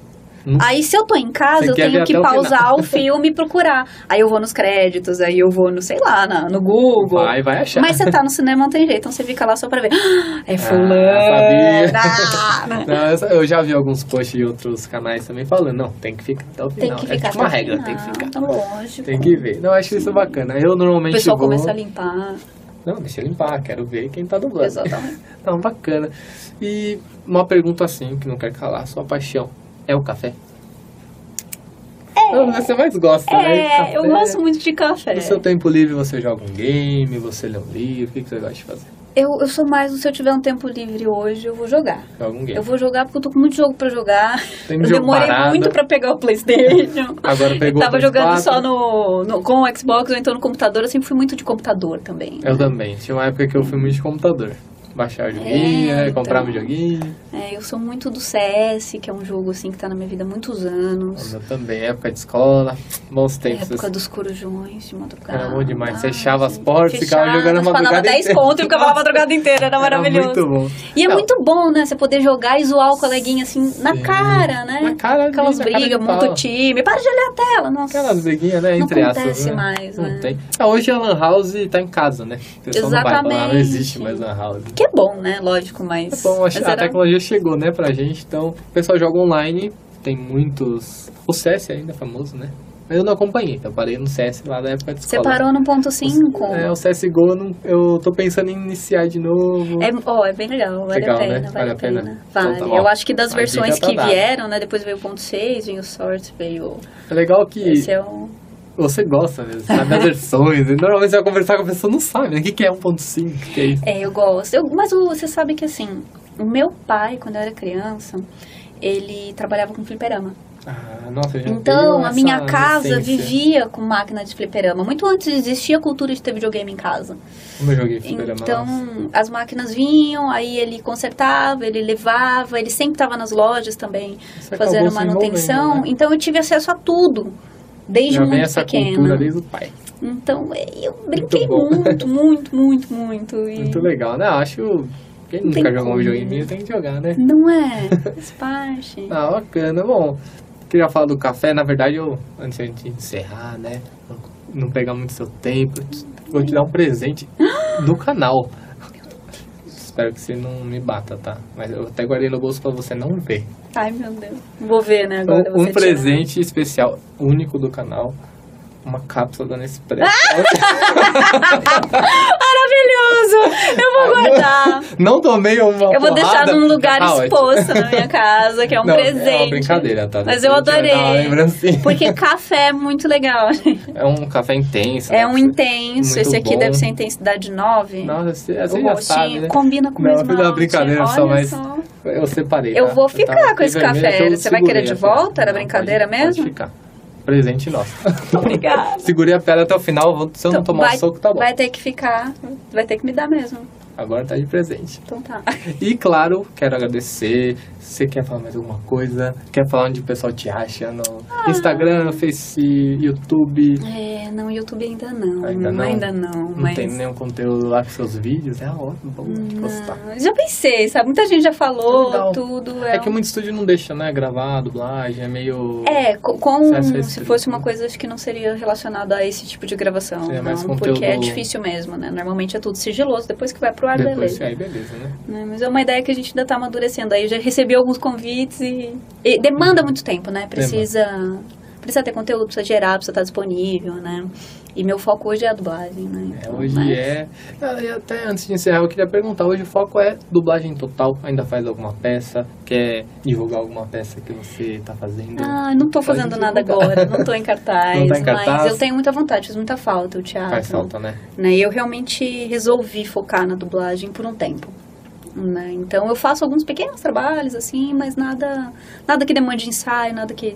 Hum. Aí se eu tô em casa, Você eu quer ver tenho que até o pausar final. o, filme e procurar. Aí eu vou nos créditos, aí eu vou no, sei lá, na- no Google. Vai, vai achar. Mas você tá no cinema, não tem jeito, então você fica lá só pra ver. [GASPS] "Ah, é fulano. sabia. né? [LAUGHS] Não, essa- eu já vi alguns posts de outros canais também falando, não, tem que ficar até o Tem final. que é ficar tipo uma até o regra, final, tem que ficar. tá lógico. Tem que ver. Não, eu acho isso bacana. Eu O normalmente pessoal vou... começa a limpar. Não, deixa eu limpar, quero ver quem tá dublando. Exatamente. Não, bacana. E uma pergunta assim, que não quer calar, sua paixão é o café? É. Não, você mais gosta, né? É, eu Café. gosto muito de café. No seu tempo livre você joga um game, você lê um livro, o que, que você gosta de fazer? Eu, eu sou mais, se eu tiver um tempo livre hoje, eu vou jogar. Joga um game. Eu vou jogar porque eu tô com muito jogo pra jogar. Tem eu jogo demorei parado. muito pra pegar o Playstation. Agora pegou eu tava o jogando PS4. só no, no- com o Xbox ou então no computador. Eu sempre fui muito de computador também. Eu também. Tinha uma época que eu fui muito de computador. Baixar o joguinho, É, né, comprar então. meu joguinho. É, eu sou muito do CS, que é um jogo assim que tá na minha vida há muitos anos. Eu também, época de escola, bons tempos. assim. Época dos corujões de madrugada. Era bom demais. Ai, Fechava as gente, portas, ficava fechava, jogando a madrugada Pagava 10 inteira. conto e ficava a madrugada inteira. Era Era maravilhoso. muito bom. E é Não. muito bom, né? Você poder jogar e zoar o coleguinha assim na cara, né? Na cara ali, Aquelas na cara de brigas, pau. monta o time. Para de olhar a tela, nossa. Aquelas briguinhas, né? Não Entre acontece aspas. mais, Não né? tem. Ah, hoje a Lan House tá em casa, né? O pessoal não vai pra lá, não Exatamente. existe mais Lan House. Que é bom, né? Lógico, mas. É bom, mas a, a era- tecnologia chegou, né, pra gente. Então, o pessoal joga online, tem muitos. O CS ainda é famoso, né? Mas eu não acompanhei, então eu parei no CS lá da época de Você escola. parou no ponto 5. É, o CSGO eu, não- eu tô pensando em iniciar de novo. É, ó, é bem legal, vale Legal, a pena, né? vale a pena. Então Vale. tá bom. Eu acho que das A versões dica tá que dada. vieram, né? Depois veio o ponto 6, veio o Sort, veio. É legal que Esse é o. você gosta mesmo, sabe as versões. E Normalmente você vai conversar com a pessoa não sabe, né? O que, que é 1.5? O que é isso? É, eu gosto. Eu- mas o- você sabe que assim, o meu pai, quando eu era criança, ele trabalhava com fliperama. Ah, nossa, eu já Então, tenho a minha essa casa essência. vivia com máquina de fliperama. Muito antes existia a cultura de ter videogame em casa. Como eu joguei fliperama, Então, nossa. as máquinas vinham, aí ele consertava, ele levava, ele sempre estava nas lojas também, Isso acabou fazendo se manutenção. envolvendo, né? Então, eu tive acesso a tudo, desde Já vem muito essa pequena. cultura desde o pai. Então, eu brinquei bom. muito, muito, muito, muito. E... Muito legal, né? Acho. Quem Não nunca tem jogou um como. videogame tem que jogar, né? Não é? Faz parte. Ah, bacana. Bom, queria falar do café. Na verdade, eu, antes de a gente encerrar, né? Não pegar muito seu tempo, vou te dar um presente do canal. Espero que você não me bata, tá? Mas eu até guardei no bolso pra você não ver. Ai, meu Deus. Vou ver, né, agora. Um, um você tira. presente especial, único do canal. Uma cápsula da Nespresso. Maravilhoso! Eu vou guardar. não tomei uma Eu vou deixar porrada. num lugar Ah, ótimo. exposto na minha casa, que é um Não, presente. É uma brincadeira, tá? Mas eu Depois a gente vai dar uma adorei. lembrancinha. Porque café é muito legal. É um café intenso. É né? um Você- intenso. Muito Esse aqui bom. deve ser intensidade 9. Nossa, você, você o já rostinho sabe, né? combina com o Não, eu meu fiz uma esmalte. brincadeira só, Olha mas- só. Eu separei. Eu tá? vou Eu tava ficar com aqui esse vermelho, café. eu Você vai querer de segurei, assim, volta? Era não, brincadeira pode- mesmo? Pode ficar. Presente nosso. [LAUGHS] Obrigada. Segurei a pedra até o final, vou- se eu não Então, tomar vai- um soco, tá bom. Vai ter que ficar, vai ter que me dar mesmo. Agora tá de presente. Então tá. E claro, quero agradecer. Se você quer falar mais alguma coisa, quer falar onde o pessoal te acha no Ah. Instagram, Face, YouTube. É, não, YouTube ainda não. Ainda não? Ainda não, Não mas... tem nenhum conteúdo lá com seus vídeos, é ótimo, bom de postar. Ah, Já pensei, sabe? Muita gente já falou, Legal. tudo. É que um- muito estúdio não deixa, né? Gravar, dublagem, é meio. É, co- com, Você acha se restrito, fosse uma né? coisa acho que não seria relacionada a esse tipo de gravação, Seria não, mais porque é conteúdo- difícil mesmo, né? Normalmente é tudo sigiloso, depois que vai pro ar, Depois Ah, beleza. aí, beleza, né? né? Mas é uma ideia que a gente ainda tá amadurecendo. Aí eu já recebi alguns convites e, e demanda muito tempo, né? Precisa, precisa ter conteúdo, precisa gerar, precisa estar disponível, né? E meu foco hoje é a dublagem, né? É, Então, hoje mas- é. Ah, E até antes de encerrar, eu queria perguntar: hoje o foco é dublagem total? Ainda faz alguma peça? Quer divulgar alguma peça que você tá fazendo? Ah, não tô Pode fazendo nada divulgar. agora, [LAUGHS] não tô em cartaz, Não tá em mas cartaz? eu tenho muita vontade, fiz muita falta o teatro. Faz falta, né? né? E eu realmente resolvi focar na dublagem por um tempo. né? Então eu faço alguns pequenos trabalhos assim, mas nada nada que demande ensaio, nada que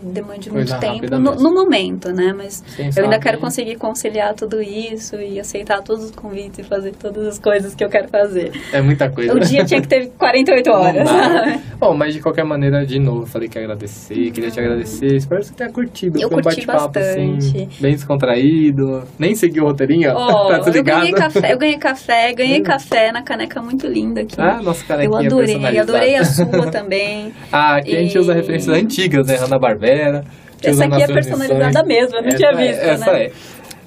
Coisa demande muito tempo rápida no, mesmo. no momento, né? Mas Quem eu ainda sabe, quero hein? conseguir conciliar tudo isso e aceitar todos os convites e fazer todas as coisas que eu quero fazer. É muita coisa. O dia tinha que [LAUGHS] ter 48 Não horas. dá. sabe? Bom, mas de qualquer maneira, de novo, falei que ia agradecer, queria te agradecer. Espero que você tenha curtido. Eu Foi um curti bate-papo assim, bastante. bem descontraído. Nem segui o roteirinho, Ó, [LAUGHS] tá eu desligado. ganhei café, eu ganhei café, ganhei Hum. café na caneca muito linda aqui. Ah, nossa canequinha eu adorei, personalizada. adorei [LAUGHS] a sua também. Ah, aqui a gente usa E- referências antigas, né? Hanna-Barbera. que Essa usa aqui nas é personalizada transmissões. mesmo, eu não Essa tinha é- visto, Essa né? é.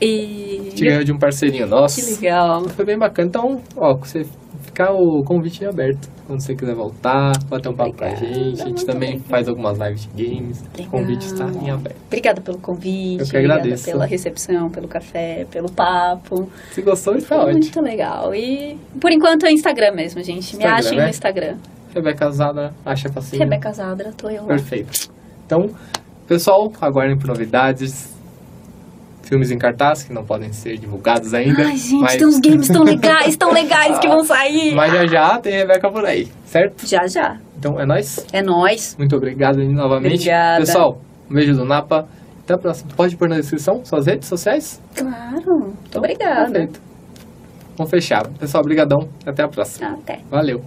E. Te ganhou de um parceirinho Que nosso. legal. Foi bem bacana. Então, ó, você ficar o convite aberto. Quando você quiser voltar, bater um papo com a Obrigada, gente. A gente muito também obrigada. faz algumas lives de games. O Legal. convite está em aberto. Obrigada pelo convite, Eu que agradeço. obrigada pela recepção, pelo café, pelo papo. Se gostou, está ótimo. Muito legal. E por enquanto é Instagram mesmo, gente. Me Instagram, achem no né? Instagram. Rebeca Zada, acha facinho. Rebeca Zadra, tô eu lá. Perfeito. Então, pessoal, aguardem por novidades. Filmes em cartaz que não podem ser divulgados ainda. Ai, gente, mas, tem uns [LAUGHS] games tão legais, tão legais que vão sair. mas já já tem Rebeca por aí, certo? Já, já. Então é nóis. É nóis. Muito obrigado Aline, novamente. Obrigada. Pessoal, um beijo do Napa. Até a próxima. Pode pôr na descrição suas redes sociais? Claro. Muito obrigada. Perfeito. Vamos fechar. Pessoal, obrigadão. Até a próxima. Até. Valeu.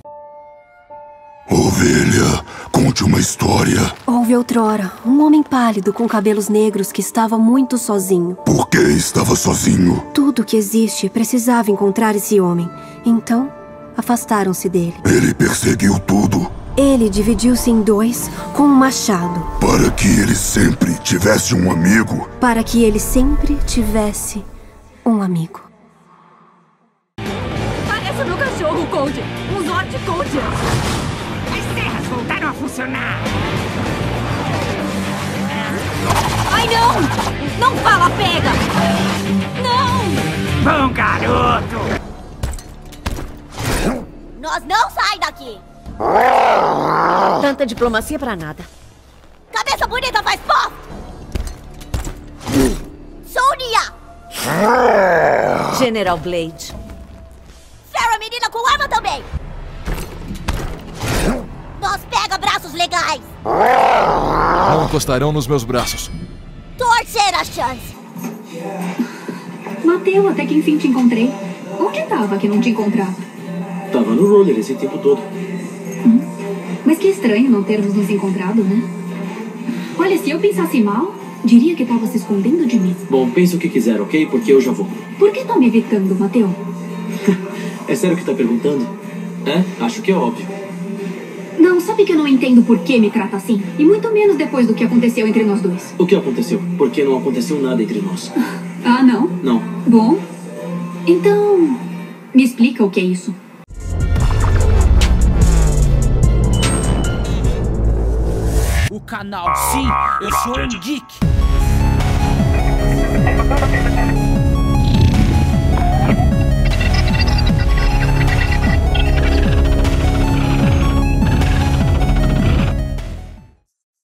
Ovelha, conte uma história. Houve outrora um homem pálido com cabelos negros que estava muito sozinho. Por que estava sozinho? Tudo que existe precisava encontrar esse homem. Então, afastaram-se dele. Ele perseguiu tudo Ele dividiu-se em dois com um machado, para que ele sempre tivesse um amigo. para que ele sempre tivesse um amigo. Parece o meu Ah, cachorro, Cold. Um Zord Cold. Ai, não! Não fala, pega! Não! Bom garoto! Nós não sai daqui! Tanta diplomacia pra nada. Cabeça bonita faz pó! Sonia! General Blade. Sarah, menina com arma também! Nós pega braços legais! Não encostarão nos meus braços. Terceira chance! Mateu, até que enfim te encontrei. Onde tava que não te encontrava? Tava no roller esse tempo todo. Hum? Mas que estranho não termos nos encontrado, né? Olha, se eu pensasse mal, diria que tava se escondendo de mim. Bom, pensa o que quiser, ok? Porque eu já vou. Por que tá me evitando, Mateu? [LAUGHS] É sério que tá perguntando? É? Acho que é óbvio. Não, sabe que eu não entendo por que me trata assim? E muito menos depois do que aconteceu entre nós dois. O que aconteceu? Porque não aconteceu nada entre nós. Ah, não? Não. Bom, então. Me explica o que é isso. O canal, sim, eu sou um geek.